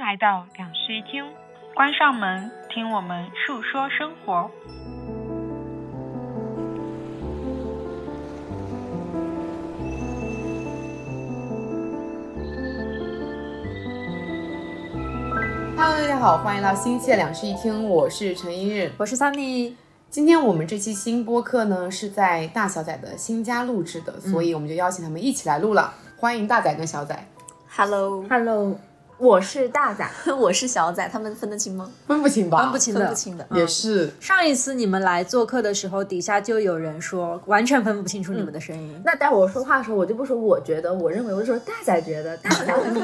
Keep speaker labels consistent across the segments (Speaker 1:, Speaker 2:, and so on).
Speaker 1: 来到两室一厅，关上门，听我们述说生活。
Speaker 2: Hello，大家好，欢迎来到新一期的两室一厅，我是陈一日。
Speaker 3: 我是 Sunny，
Speaker 2: 今天我们这期新播客呢是在大小仔的新家录制
Speaker 3: 嗯
Speaker 2: 的，所以我们就邀请他们一起来录了。欢迎大仔跟小仔，
Speaker 3: Hello，
Speaker 4: Hello，我是大仔，
Speaker 3: 我是小仔，他们分得清吗？
Speaker 2: 分不清吧？
Speaker 3: 分不清的，嗯
Speaker 4: 分
Speaker 3: 不
Speaker 4: 不
Speaker 3: 清的。
Speaker 2: 也是。
Speaker 5: 上一次你们来做客的时候，底下就有人说完全分不清楚你们的声音。
Speaker 4: 那待会儿我说话的时候，我就不说我觉得，我认为，我就说大仔觉得， 大仔觉得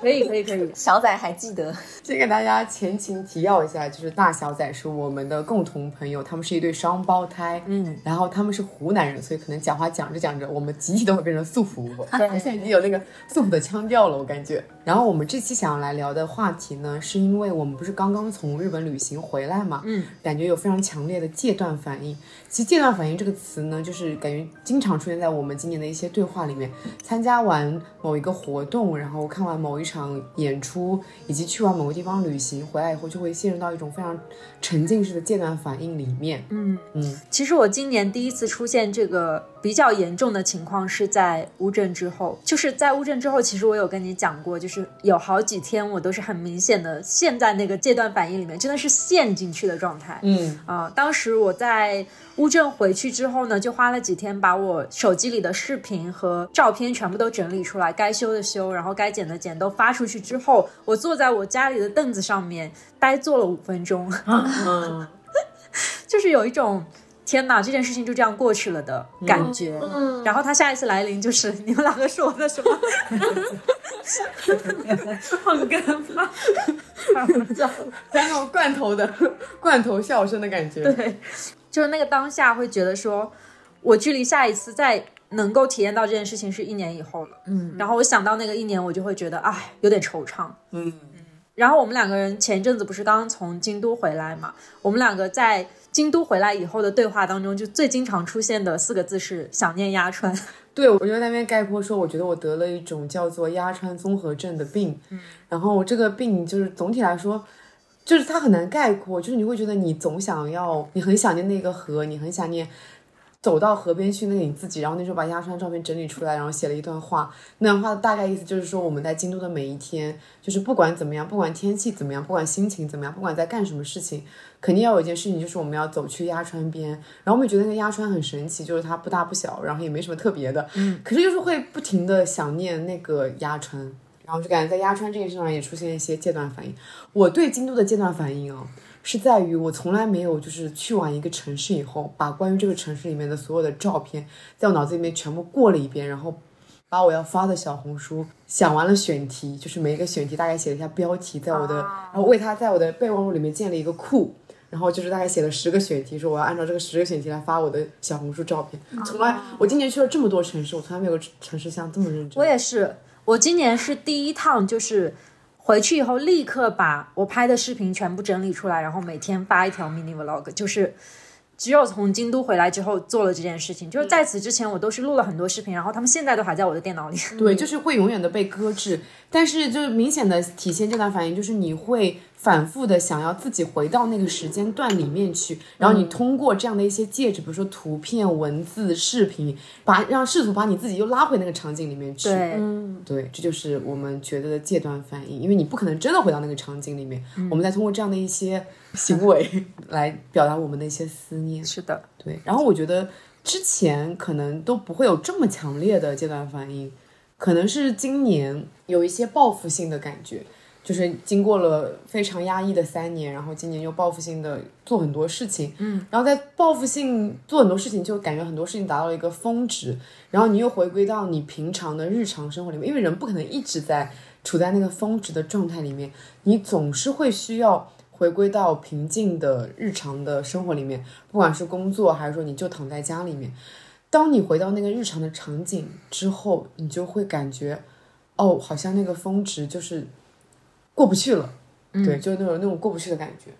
Speaker 5: 可以，可以，可以。
Speaker 3: 小仔还记得，
Speaker 2: 先给大家前情提要一下，就是大小仔是我们的共同朋友，他们是一对双胞胎，嗯，然后他们是湖南人，所以可能讲话讲着讲着，我们集体都会变成素 湖，对，现在已经有那个素湖的腔调了，我感觉。然后我们这期想要来聊的话题呢，是因为我们不是刚刚从日本旅行回来嘛，嗯，感觉有非常强烈的戒断反应。其实戒断反应这个词呢，就是感觉经常出现在我们今年的一些对话里面。参加完某一个活动，然后看完某一场演出，以及去完某个地方旅行，回来以后就会陷入到一种非常沉浸式的戒断反应里面。
Speaker 5: 嗯其实我今年第一次出现这个比较严重的情况是在乌镇之后，就是在乌镇之后，其实我有跟你讲过，就是有好几天我都是很明显的陷在那个戒断反应里面，真的是陷进去的状态。
Speaker 2: 嗯，
Speaker 5: 啊、当时我在乌镇回去之后呢，就花了几天把我手机里的视频和照片全部都整理出来，该修的修，然后该剪的剪，都发出去之后，我坐在我家里的凳子上面呆坐了五分钟， 就是有一种。天哪，这件事情就这样过去了的感觉。然后他下一次来临就是你们两个是我的什么？
Speaker 4: 很尴尬。
Speaker 2: 像那种罐头的罐头笑声的感觉。对，
Speaker 5: 就是那个当下会觉得说，我距离下一次再能够体验到这件事情是一年以后了。嗯，然后我想到那个一年，我就会觉得哎，有点惆怅。
Speaker 2: 嗯，
Speaker 5: 然后我们两个人前一阵子不是刚刚从京都回来嘛，我们两个在京都回来以后的对话当中，就最经常出现的四个字是想念鸭川。
Speaker 2: 对我就在那边概括说，我觉得我得了一种叫做压穿综合症的病。嗯，然后这个病就是总体来说。就是它很难概括，就是你会觉得你总想要，你很想念那个河，你很想念走到河边去那个你自己。然后那时候把鸭川照片整理出来，然后写了一段话。那段话的大概意思就是说，我们在京都的每一天，就是不管怎么样，不管天气怎么样，不管心情怎么样，不管在干什么事情，肯定要有一件事情，就是我们要走去鸭川边。然后我们觉得那个鸭川很神奇，就是它不大不小，然后也没什么特别的，嗯，可是就是会不停的想念那个鸭川。然后就感觉在鸭川这件事上也出现一些戒断反应。我对京都的戒断反应啊，是在于我从来没有就是去完一个城市以后，把关于这个城市里面的所有的照片，在我脑子里面全部过了一遍，然后把我要发的小红书想完了选题，就是每一个选题大概写了一下标题，在我的，
Speaker 5: 哦
Speaker 2: 然后为它在我的备忘录里面建了一个库。然后就是大概写了十个选题，说我要按照这个十个选题来发我的小红书照片。
Speaker 5: 哦
Speaker 2: 从来，我今年去了这么多城市，我从来没有个城市像这么认真。
Speaker 5: 我也是，我今年是第一趟，就是回去以后立刻把我拍的视频全部整理出来，然后每天发一条 mini vlog，就是。只有从京都回来之后做了这件事情，就是在此之前我都是录了很多视频，然后他们现在都还在我的电脑里。
Speaker 2: 对，就是会永远的被搁置。但是就是明显的体现这段反应，就是你会反复的想要自己回到那个时间段里面去，然后你通过这样的一些介质，比如说图片、文字、视频，把让试图把你自己又拉回那个场景里面去。
Speaker 5: 对，
Speaker 2: 对，这就是我们觉得的戒断反应，因为你不可能真的回到那个场景里面，我们再通过这样的一些行为来表达我们的一些思念。
Speaker 5: 是的。
Speaker 2: 对，然后我觉得之前可能都不会有这么强烈的戒断反应，可能是今年有一些报复性的感觉，就是经过了非常压抑的三年，然后今年又报复性的做很多事情，嗯，然后在报复性做很多事情，就感觉很多事情达到了一个峰值，然后你又回归到你平常的日常生活里面，因为人不可能一直在处在那个峰值的状态里面，你总是会需要回归到平静的日常的生活里面，不管是工作还是说你就躺在家里面，当你回到那个日常的场景之后，你就会感觉，哦，好像那个峰值就是过不去了，对，就是那种那种过不去的感觉。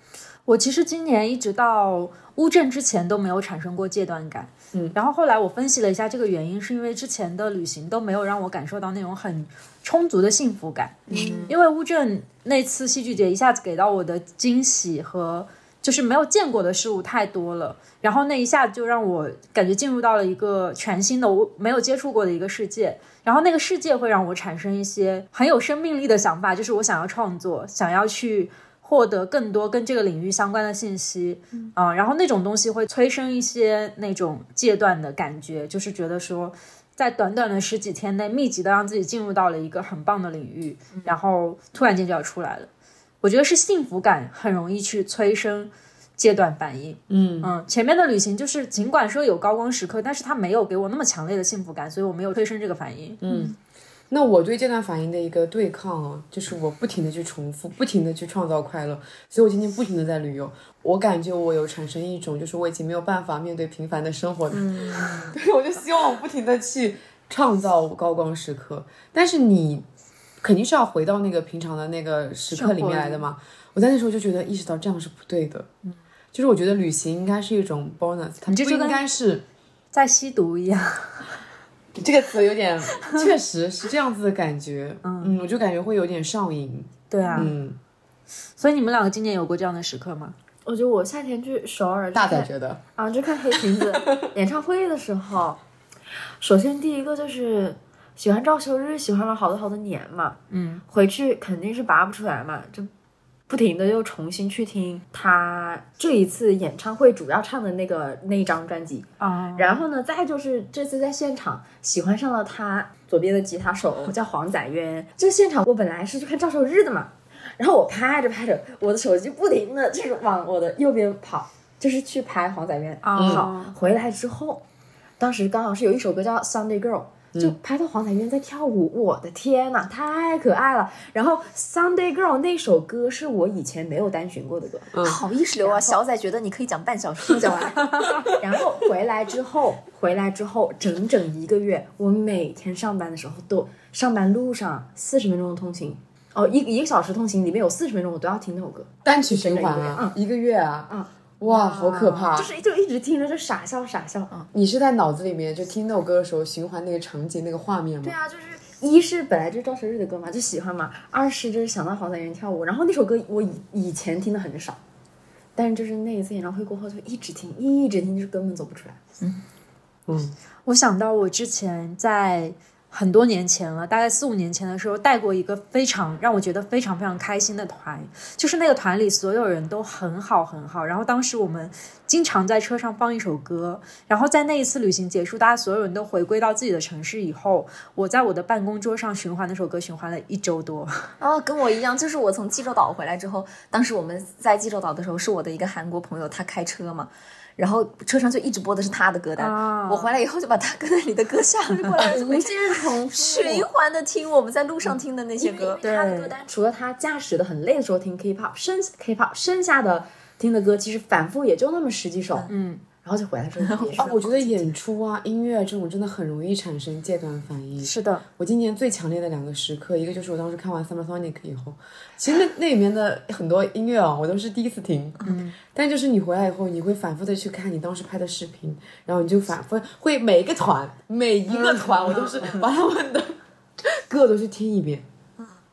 Speaker 5: 我其实今年一直到乌镇之前都没有产生过戒断感，嗯，然后后来我分析了一下这个原因，是因为之前的旅行都没有让我感受到那种很充足的幸福感，嗯，因为乌镇那次戏剧节一下子给到我的惊喜和就是没有见过的事物太多了，然后那一下就让我感觉进入到了一个全新的我没有接触过的一个世界，然后那个世界会让我产生一些很有生命力的想法，就是我想要创作，想要去获得更多跟这个领域相关的信息，嗯、然后那种东西会催生一些那种戒断的感觉，就是觉得说，在短短的十几天内，密集的让自己进入到了一个很棒的领域，然后突然间就要出来了。我觉得是幸福感很容易去催生戒断反应。
Speaker 2: 嗯
Speaker 5: 嗯，前面的旅行就是尽管说有高光时刻，但是它没有给我那么强烈的幸福感，所以我没有催生这个反应。嗯，
Speaker 2: 那我对这段反应的一个对抗啊，就是我不停的去重复，不停的去创造快乐，所以我今天不停的在旅游，我感觉我有产生一种就是我已经没有办法面对平凡的生活的， 对，我就希望我不停的去创造高光时刻，但是你肯定是要回到那个平常的那个时刻里面来的嘛。我在那时候就觉得意识到这样是不对的，嗯，就是我觉得旅行应该是一种 bonus，它不
Speaker 5: 这就
Speaker 2: 应
Speaker 5: 跟
Speaker 2: 该是。
Speaker 5: 在吸毒一样。
Speaker 2: 这个词有点，确实是这样子的感觉。嗯，我就感觉会有点上瘾。
Speaker 5: 对啊，
Speaker 2: 嗯，
Speaker 5: 所以你们两个今年有过这样的时刻吗？
Speaker 4: 我觉得我夏天去首尔去
Speaker 2: 大
Speaker 4: 看，
Speaker 2: 仔觉得，
Speaker 4: 啊，就看黑裙子演唱会的时候，首先第一个就是喜欢赵秋日，喜欢了好多好多年嘛，
Speaker 5: 嗯，
Speaker 4: 回去肯定是拔不出来嘛，就不停的又重新去听他这一次演唱会主要唱的那个那一张专辑，
Speaker 5: 啊，
Speaker 4: 然后呢，再就是这次在现场喜欢上了他左边的吉他手叫黄载渊，这现场我本来是去看赵守日的嘛，然后我拍着拍着，我的手机不停的就是往我的右边跑，就是去拍黄载渊。
Speaker 5: 啊
Speaker 4: 好，回来之后，当时刚好是有一首歌叫《Sunday Girl》。就拍到黄彩渊在跳舞，我的天呐，太可爱了！然后《Sunday Girl》那首歌是我以前没有单选过的歌，
Speaker 3: 好意识流啊！小仔觉得你可以讲半小 时，
Speaker 4: 讲完。然后回来之后，回来之后整整一个月，我每天上班的时候都上班路上四十分钟的通勤，哦，一一个小时通勤里面有四十分钟我都要听那首歌，
Speaker 2: 单曲循环啊，一个月啊，
Speaker 4: 嗯
Speaker 2: 哇，好可怕！
Speaker 4: 就是就一直听着就傻笑傻笑啊。
Speaker 2: 你是在脑子里面就听那首歌的时候循环那个场景、那个画面吗？
Speaker 4: 对啊，就是。一是本来就是赵学日的歌嘛，就喜欢嘛；二是就是想到黄彩源跳舞，然后那首歌我以以前听的很少，但是就是那一次演唱会过后就一直听，一直听，就是根本走不出来。
Speaker 5: 我想到我之前在很多年前了，大概四五年前的时候，带过一个非常让我觉得非常非常开心的团，就是那个团里所有人都很好很好。然后当时我们经常在车上放一首歌，然后在那一次旅行结束，大家所有人都回归到自己的城市以后，我在我的办公桌上循环那首歌，循环了一周多。
Speaker 3: 啊，跟我一样，就是我从济州岛回来之后，当时我们在济州岛的时候，是我的一个韩国朋友，他开车嘛，然后车上就一直播的是他的歌单，
Speaker 5: 啊
Speaker 3: 我回来以后就把他歌单里的歌下了过来，
Speaker 4: 无限重 复，
Speaker 3: 循环的听我们在路上听的那些歌。
Speaker 4: 因为他的歌单除了他驾驶的很累的时候听 K-pop，剩 K-pop 剩下的听的歌其实反复也就那么十几首，
Speaker 5: 嗯，
Speaker 4: 然后就回来之后
Speaker 2: 啊，我觉得演出啊、音乐这种真的很容易产生戒断反应。
Speaker 5: 是的，
Speaker 2: 我今年最强烈的两个时刻，一个就是我当时看完《Summer Sonic》以后，其实那那里面的很多音乐啊，我都是第一次听，嗯，但就是你回来以后，你会反复的去看你当时拍的视频，然后你就反复会每一个团每一个团，我都是把他们的 歌都去听一遍。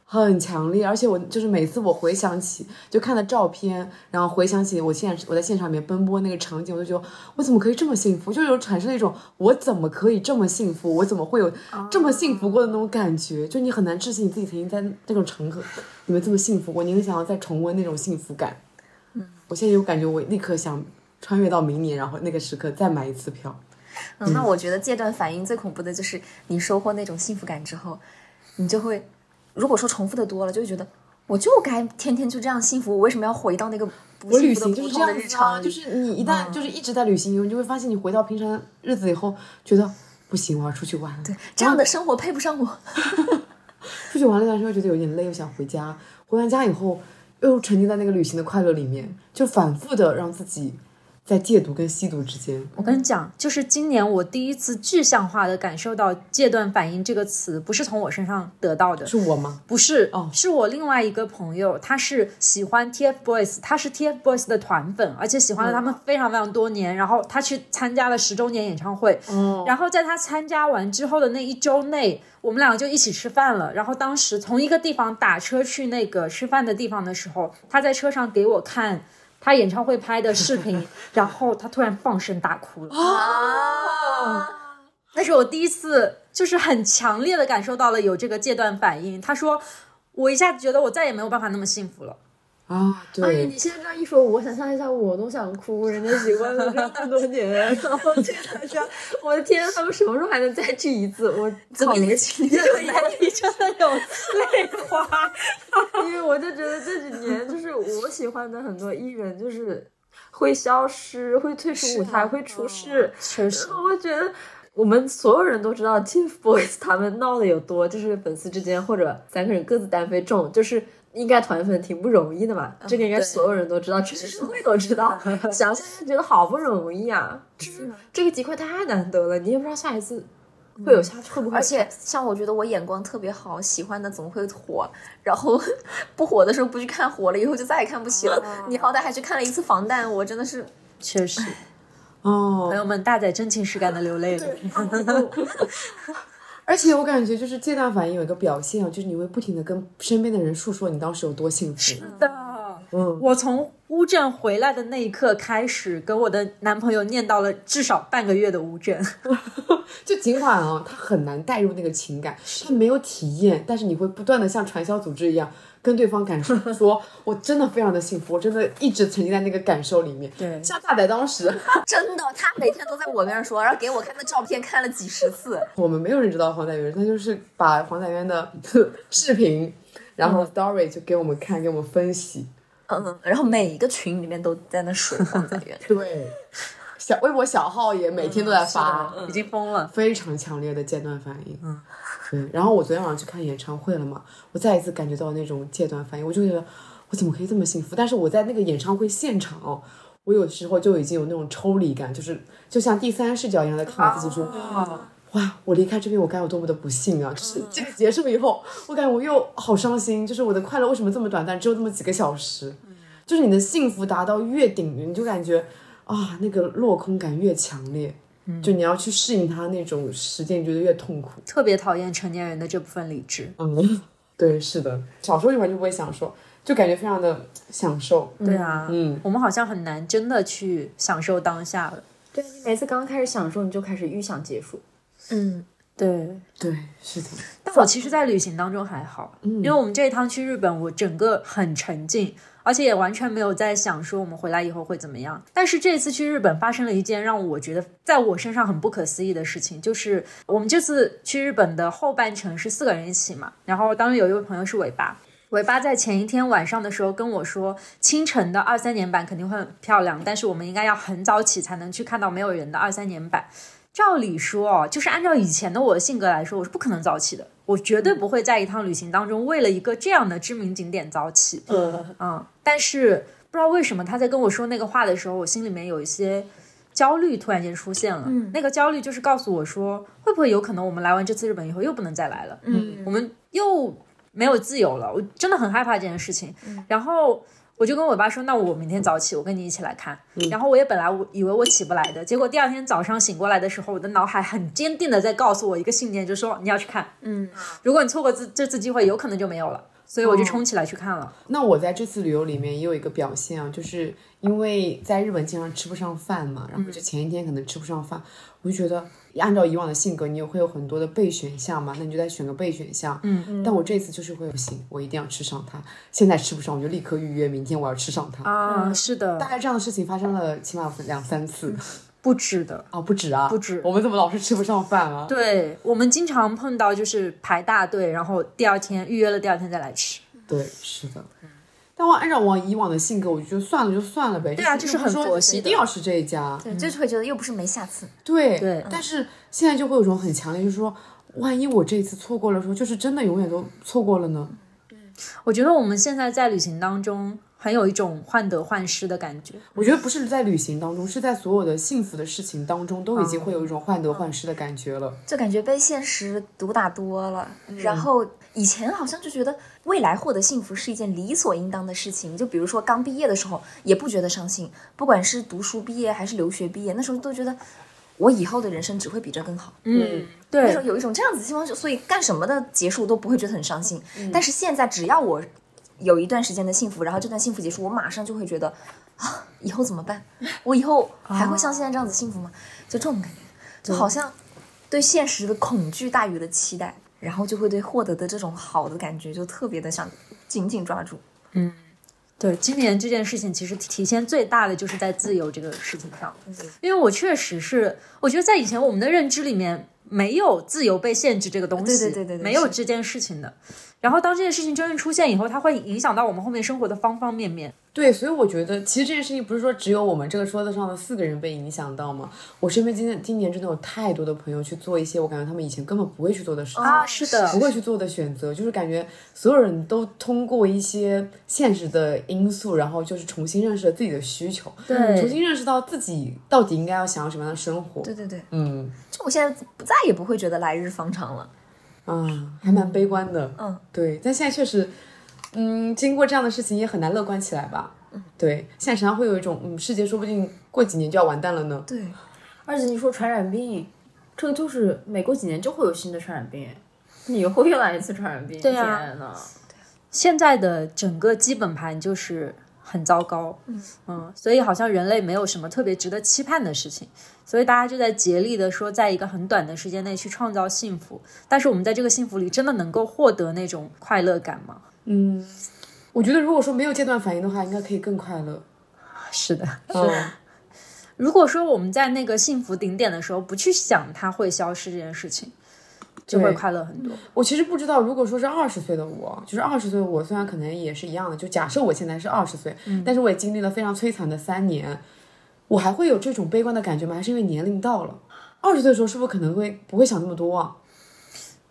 Speaker 2: 很强烈，而且我就是每次我回想起，就看了照片，然后回想起我现我在现场里面奔波那个场景，我就觉得我怎么可以这么幸福，就有产生了一种我怎么可以这么幸福，我怎么会有这么幸福过的那种感觉，就你很难置信你自己曾经在那种场合里面这么幸福过，你很想要再重温那种幸福感。嗯，我现在就感觉我立刻想穿越到明年，然后那个时刻再买一次票。
Speaker 3: 嗯，那我觉得戒断反应最恐怖的就是你收获那种幸福感之后，你就会，如果说重复的多了，就会觉得我就该天天就这样幸福，我为什么要回到那个不
Speaker 2: 我旅
Speaker 3: 幸福
Speaker 2: 行就
Speaker 3: 的普
Speaker 2: 是这
Speaker 3: 通的
Speaker 2: 样
Speaker 3: 日
Speaker 2: 子啊，
Speaker 3: 常
Speaker 2: 就
Speaker 3: 里？
Speaker 2: 是你一旦就是一直在旅行以后，你就会发现你回到平常的日子以后，觉得不行，我要出去玩了。对，
Speaker 3: 这样的生活配不 上我。
Speaker 2: 出去玩了一段时间，觉得有点累，又想回家。回完家以后，又沉浸在那个旅行的快乐里面，就反复的让自己在戒毒跟吸毒之间。
Speaker 5: 我跟你讲，就是今年我第一次具象化的感受到“戒断反应”这个词，不是从我身上得到的，
Speaker 2: 是我吗？
Speaker 5: 不是，
Speaker 2: 哦
Speaker 5: 是我另外一个朋友，他是喜欢 TFBOYS，他是 TFBOYS 的团粉，而且喜欢了他们非常非常多年。然后他去参加了十周年演唱会，
Speaker 2: 哦，
Speaker 5: 然后在他参加完之后的那一周内，我们俩就一起吃饭了。然后当时从一个地方打车去那个吃饭的地方的时候，他在车上给我看他演唱会拍的视频，然后他突然放声大哭了。
Speaker 3: 啊，
Speaker 5: 那是我第一次，就是很强烈的感受到了有这个戒断反应。他说，我一下子觉得我再也没有办法那么幸福了。
Speaker 2: 啊，
Speaker 4: 哎
Speaker 2: 对，
Speaker 4: 你现在这样一说，我想象一下，我都想哭。人家喜欢了 这么多年，然后这个家，我的天，他们什么时候还能再聚一次？我
Speaker 3: 怎么你的情绪又来了？
Speaker 5: 真的有泪花。
Speaker 4: 因为我就觉得这几年就是我喜欢的很多艺人，就是会消失，会退出舞台，会出事。
Speaker 5: 确实
Speaker 4: 然，后我觉得我们所有人都知道 TFBOYS 他们闹的有多，就是粉丝之间或者三个人各自单飞重，就是。应该团粉挺不容易的嘛，这个应该
Speaker 3: 对
Speaker 4: 所有人都知道，全社会都知 道。想想就觉得好不容易啊，嗯就是这个机会太难得了，你也不知道下一次会有下会不会。
Speaker 3: 而且像我觉得我眼光特别好，喜欢的总会火，然后 不火的时候不去看，火了以后就再也看不起
Speaker 2: 啊
Speaker 3: 了。你好歹还去看了一次防弹，我真的是
Speaker 5: 确实，
Speaker 2: 哦
Speaker 5: 朋，友们，大仔真情实感的流泪了。
Speaker 2: 而且我感觉就是戒断反应有一个表现啊，就是你会不停的跟身边的人诉说你当时有多幸福。
Speaker 5: 的，
Speaker 2: 嗯
Speaker 5: 我从乌镇回来的那一刻开始，跟我的男朋友念叨了至少半个月的乌镇。
Speaker 2: 就尽管啊，他很难带入那个情感，他没有体验，但是你会不断的像传销组织一样跟对方感受说，我真的非常的幸福，我真的一直沉浸在那个感受里面。
Speaker 5: 对
Speaker 2: 像大仔当时，
Speaker 3: 真的，他每天都在我面上说，然后给我看他照片看了几十次。
Speaker 2: 我们没有人知道黄仔源，他就是把黄仔源的 视频，然后 story 就给我们看，给我们分析。，
Speaker 3: 嗯，然后每一个群里面都在那水黄在源
Speaker 2: 对，小微博小号也每天都在发，
Speaker 5: 已经疯了。
Speaker 2: 非常强烈的戒断反应。嗯， 对。然后我昨天晚上去看演唱会了嘛，我再一次感觉到那种戒断反应，我就觉得我怎么可以这么幸福？但是我在那个演唱会现场哦，我有时候就已经有那种抽离感，就是就像第三视角一样在看我自己说。哇！我离开这边，我该有多么的不幸啊！就是这个结束以后，我感觉我又好伤心，就是我的快乐为什么这么短暂，只有这么几个小时？就是你的幸福达到越顶，你就感觉啊，那个落空感越强烈。就你要去适应它那种时间，你觉得越痛苦。
Speaker 5: 特别讨厌成年人的这部分理智。
Speaker 2: 嗯， 对，是的，小时候完全不会享受，就感觉非常的享受。
Speaker 5: 对啊，
Speaker 2: 嗯，
Speaker 5: 我们好像很难真的去享受当下了。
Speaker 4: 对你每次刚开始享受，你就开始预想结束。
Speaker 3: 嗯，
Speaker 5: 对，
Speaker 2: 对，是的，
Speaker 5: 但我其实，在旅行当中还好，因为我们这一趟去日本，我整个很沉浸，而且也完全没有在想说我们回来以后会怎么样。但是这次去日本发生了一件让我觉得在我身上很不可思议的事情，就是我们这次去日本的后半程是四个人一起嘛，然后当时有一位朋友是尾巴。尾巴在前一天晚上的时候跟我说，清晨的二三年版肯定会很漂亮，但是我们应该要很早起才能去看到没有人的二三年版。照理说哦，就是按照以前的我的性格来说，我是不可能早起的，我绝
Speaker 4: 嗯
Speaker 5: 对不会在一趟旅行当中为了一个这样的知名景点早起。
Speaker 4: 嗯，
Speaker 5: 嗯，但是不知道为什么他在跟我说那个话的时候，我心里面有一些焦虑突然间出现了。嗯，那个焦虑就是告诉我说，会不会有可能我们来完这次日本以后又不能再来了？嗯，我们又没有自由了，我真的很害怕这件事情。
Speaker 4: 嗯
Speaker 5: 然后。我就跟我爸说，那我明天早起，我跟你一起来看。然后我也本来我以为我起不来的，结果第二天早上醒过来的时候，我的脑海很坚定的在告诉我一个信念，就是说你要去看。嗯， 哦如果你错过这这次机会，有可能就没有了。所以我就冲起来去看了。
Speaker 2: 那我在这次旅游里面也有一个表现啊，就是因为在日本经常吃不上饭嘛，然后就前一天可能吃不上饭，我就觉得按照以往的性格，你也会有很多的备选项嘛，那你就再选个备选项。嗯嗯。但我这次就是会不行，我一定要吃上它。现在吃不上，我就立刻预约明天我要吃上它。
Speaker 5: 啊，是
Speaker 2: 大
Speaker 5: 的，
Speaker 2: 概这样的事情发生了起码有两三次
Speaker 5: 不止的。
Speaker 2: 啊，不止啊，
Speaker 5: 不止
Speaker 2: 我们怎么老是吃不上饭啊？
Speaker 5: 对我们经常碰到就是排大队，然后第二天预约了，第二天再来吃。
Speaker 2: 对，是的。但我按照我以往的性格，我就觉得算了就算了呗。对
Speaker 5: 啊
Speaker 2: 就
Speaker 5: 这是很
Speaker 2: 说
Speaker 5: 佛系
Speaker 2: 一
Speaker 5: 的
Speaker 2: 定要吃这一家。
Speaker 3: 对，就是会觉得又不是没下次。
Speaker 2: 对
Speaker 5: 对
Speaker 2: 但是现在就会有种很强烈，就是说，万一我这一次错过了的时候，就是真的永远都错过了呢？
Speaker 5: 我觉得我们现在在旅行当中，很有一种患得患失的感觉。
Speaker 2: 我觉得不是在旅行当中，是在所有的幸福的事情当中，都已
Speaker 5: 嗯
Speaker 2: 经会有一种患得患失的感觉了。
Speaker 3: 就感觉被现实毒打多了。然后以前好像就觉得未来获得幸福是一件理所应当的事情，就比如说刚毕业的时候也不觉得伤心，不管是读书毕业还是留学毕业，那时候都觉得我以后的人生只会比这更好。
Speaker 5: 嗯，
Speaker 3: 那时
Speaker 5: 对
Speaker 3: 候，有一种这样子的情况，所以干什么的结束都不会觉得很伤心。但是现在只要我有一段时间的幸福，然后这段幸福结束，我马上就会觉得啊，以后怎么 办？我以后还会像现在这样子幸福吗？就这种感觉，就好像对现实的恐惧大于了期待，然后就会对获得的这种好的感觉就特别的想紧紧抓住。
Speaker 5: 对，今年这件事情其实体体现最大的就是在自由这个事情上，
Speaker 3: 嗯
Speaker 5: 因为我确实是，我觉得在以前我们的认知里面没有自由被限制这个东西，
Speaker 3: 对对对对对
Speaker 5: 没有
Speaker 3: 是
Speaker 5: 这件事情的。然后当这件事情真正出现以后，它会影响到我们后面生活的方方面面。
Speaker 2: 对，所以我觉得其实这件事情不是说只有我们这个桌子上的四个人被影响到嘛。我身边今年今年真的有太多的朋友去做一些我感觉他们以前根本不会去做的事情。
Speaker 5: 啊是的
Speaker 2: 不会去做的选择，就是感觉所有人都通过一些现实的因素，然后就是重新认识了自己的需求，
Speaker 5: 对
Speaker 2: 重新认识到自己到底应该要想要什么样的生活。
Speaker 3: 对对对，
Speaker 2: 嗯
Speaker 3: 就我现在不再也不会觉得来日方长了。
Speaker 2: 啊，还蛮悲观的。
Speaker 3: 嗯，
Speaker 2: 对，但现在确实，嗯，经过这样的事情也很难乐观起来吧。对，现在常常会有一种，嗯，世界说不定过几年就要完蛋了呢。
Speaker 3: 对，
Speaker 4: 而且你说传染病，这个就是每过几年就会有新的传染病，那以后又来一次传染病，
Speaker 5: 对啊
Speaker 4: 天呐，
Speaker 5: 现在的整个基本盘就是很糟糕，嗯所以好像人类没有什么特别值得期盼的事情，所以大家就在竭力的说，在一个很短的时间内去创造幸福，但是我们在这个幸福里真的能够获得那种快乐感吗？
Speaker 2: 嗯，我觉得如果说没有戒断反应的话，应该可以更快乐。
Speaker 5: 是的，
Speaker 2: 嗯，
Speaker 5: 如果说我们在那个幸福顶点的时候不去想它会消失这件事情，就会
Speaker 2: 对
Speaker 5: 快乐很多。
Speaker 2: 我其实不知道，如果说是二十岁的我，就是二十岁的我，虽然可能也是一样的，就假设我现在是二十岁，但是我也经历了非常摧残的三年，我还会有这种悲观的感觉吗？还是因为年龄到了？二十岁的时候是不是可能会不会想那么多啊？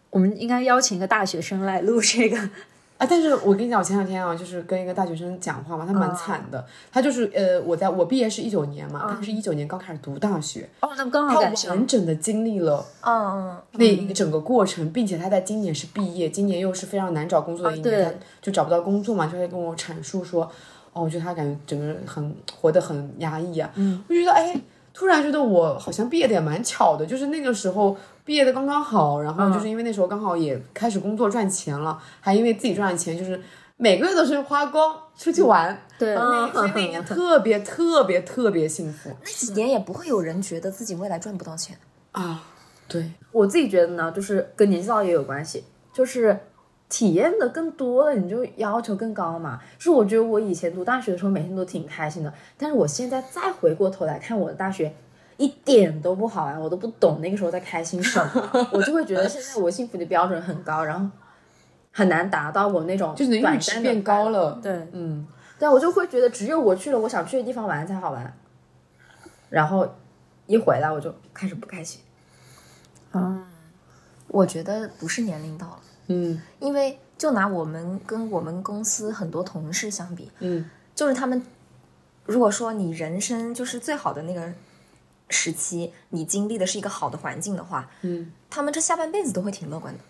Speaker 5: 我们应该邀请一个大学生来录这个，
Speaker 2: 啊，但是我跟你讲，我前两天啊，就是跟一个大学生讲话嘛，他蛮惨的，他就是呃，我在我毕业是一九年嘛，他是一九年刚开始读大学，
Speaker 5: 哦，那么刚
Speaker 2: 他
Speaker 5: 好赶上
Speaker 2: 完，整的经历了
Speaker 3: 嗯嗯，
Speaker 2: 那一个整个过程，并且他在今年是毕业，今年又是非常难找工作的一
Speaker 5: 对
Speaker 2: 年，他就找不到工作嘛，就在跟我阐述说，哦，我觉得他感觉整个人很活得很压抑啊，嗯，我就觉得哎，突然觉得我好像毕业的也蛮巧的，就是那个时候毕业的刚刚好，然后就是因为那时候刚好也开始工作赚钱了，还因为自己赚的钱就是每个月都是花光出去玩，
Speaker 5: 对，
Speaker 2: 那所以那一年特别特别特别幸福
Speaker 3: 那几年也不会有人觉得自己未来赚不到钱。
Speaker 2: 啊，对，
Speaker 4: 我自己觉得呢，就是跟年纪到也有关系，就是体验的更多了，你就要求更高嘛。就是我觉得我以前读大学的时候，每天都挺开心的，但是我现在再回过头来看我的大学。一点都不好啊玩，我都不懂那个时候在开心什么，我就会觉得现在我幸福的标准很高，然后很难达到我那种
Speaker 2: 就是你的阈
Speaker 4: 短
Speaker 2: 值
Speaker 4: 暂的
Speaker 2: 变高了，对。
Speaker 5: 对，
Speaker 2: 嗯，
Speaker 4: 对，我就会觉得只有我去了我想去的地方玩才好玩，然后一回来我就开始不开心。
Speaker 5: 嗯，
Speaker 3: 我觉得不是年龄到了，
Speaker 2: 嗯
Speaker 3: 因为就拿我们跟我们公司很多同事相比，
Speaker 2: 嗯
Speaker 3: 就是他们，如果说你人生就是最好的那个时期，你经历的是一个好的环境的话，
Speaker 2: 嗯，哦
Speaker 3: 他们这下半辈子都会挺乐观的。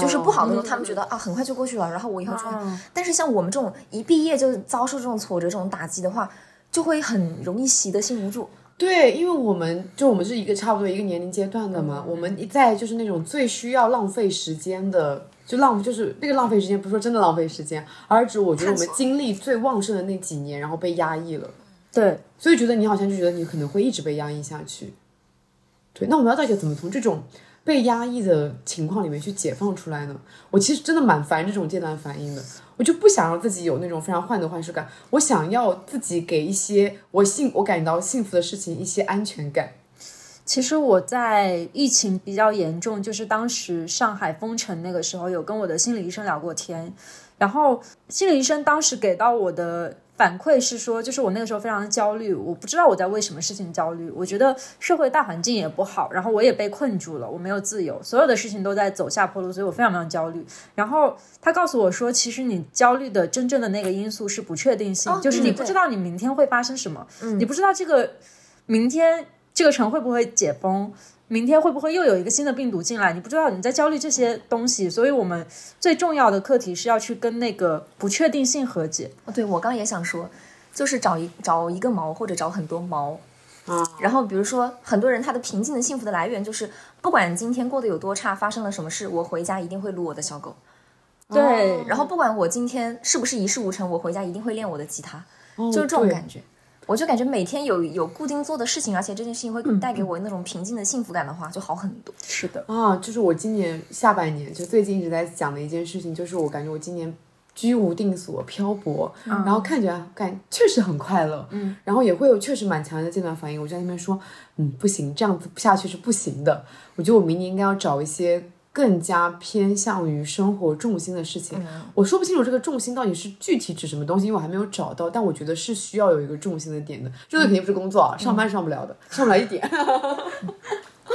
Speaker 3: 就是不好的时
Speaker 2: 嗯
Speaker 3: 候，他们觉得啊很快就过去了，然后我以后就会
Speaker 5: 哦
Speaker 3: 但是像我们这种一毕业就遭受这种挫折、这种打击的话，就会很容易习得性无助。
Speaker 2: 对，因为我们就我们是一个差不多一个年龄阶段的嘛，我们一在就是那种最需要浪费时间的，就浪就是那个浪费时间，不是说真的浪费时间，而指我觉得我们精力最旺盛的那几年，然后被压抑了，
Speaker 5: 对，
Speaker 2: 所以觉得你好像就觉得你可能会一直被压抑下去。对，那我们要到底怎么从这种被压抑的情况里面去解放出来呢？我其实真的蛮烦这种戒断反应的，我就不想让自己有那种非常患得患失感，我想要自己给一些我幸我感觉到幸福的事情一些安全感。
Speaker 5: 其实我在疫情比较严重，就是当时上海封城那个时候，有跟我的心理医生聊过天，然后心理医生当时给到我的。反馈是说，就是我那个时候非常的焦虑，我不知道我在为什么事情焦虑。我觉得社会大环境也不好，然后我也被困住了，我没有自由，所有的事情都在走下坡路，所以我非常非常焦虑。然后他告诉我说，其实你焦虑的真正的那个因素是不确定性，
Speaker 3: 哦
Speaker 5: 就是
Speaker 3: 对
Speaker 5: 你
Speaker 3: 对嗯
Speaker 5: 不
Speaker 3: 对
Speaker 5: 知道你明天会发生什么，你不知道这个明天这个城会不会解封。明天会不会又有一个新的病毒进来？你不知道，你在焦虑这些东西，所以我们最重要的课题是要去跟那个不确定性和解。
Speaker 3: 哦对我刚也想说，就是找一找一个毛或者找很多毛。
Speaker 2: 嗯
Speaker 3: 然后比如说，很多人他的平静的幸福的来源就是，不管今天过得有多差，发生了什么事，我回家一定会撸我的小狗。
Speaker 5: 对，
Speaker 3: 然后不管我今天是不是一事无成，我回家一定会练我的吉他，就是这种
Speaker 2: 对
Speaker 3: 感觉。我就感觉每天有有固定做的事情，而且这件事情会带给我那种平静的幸福感的话，就好很多。
Speaker 5: 是的，
Speaker 2: 啊，就是我今年下半年就最近一直在讲的一件事情，就是我感觉我今年居无定所、漂泊，然后看起来感确实很快乐，嗯，然后也会有确实蛮强烈的戒断反应。我就在那边说，嗯，不行，这样子下去是不行的。我觉得我明年应该要找一些更加偏向于生活重心的事情。我说不清楚这个重心到底是具体指什么东西，因为我还没有找到，但我觉得是需要有一个重心的点的。这个肯定不是工作啊，上班上不了的，上不了一点。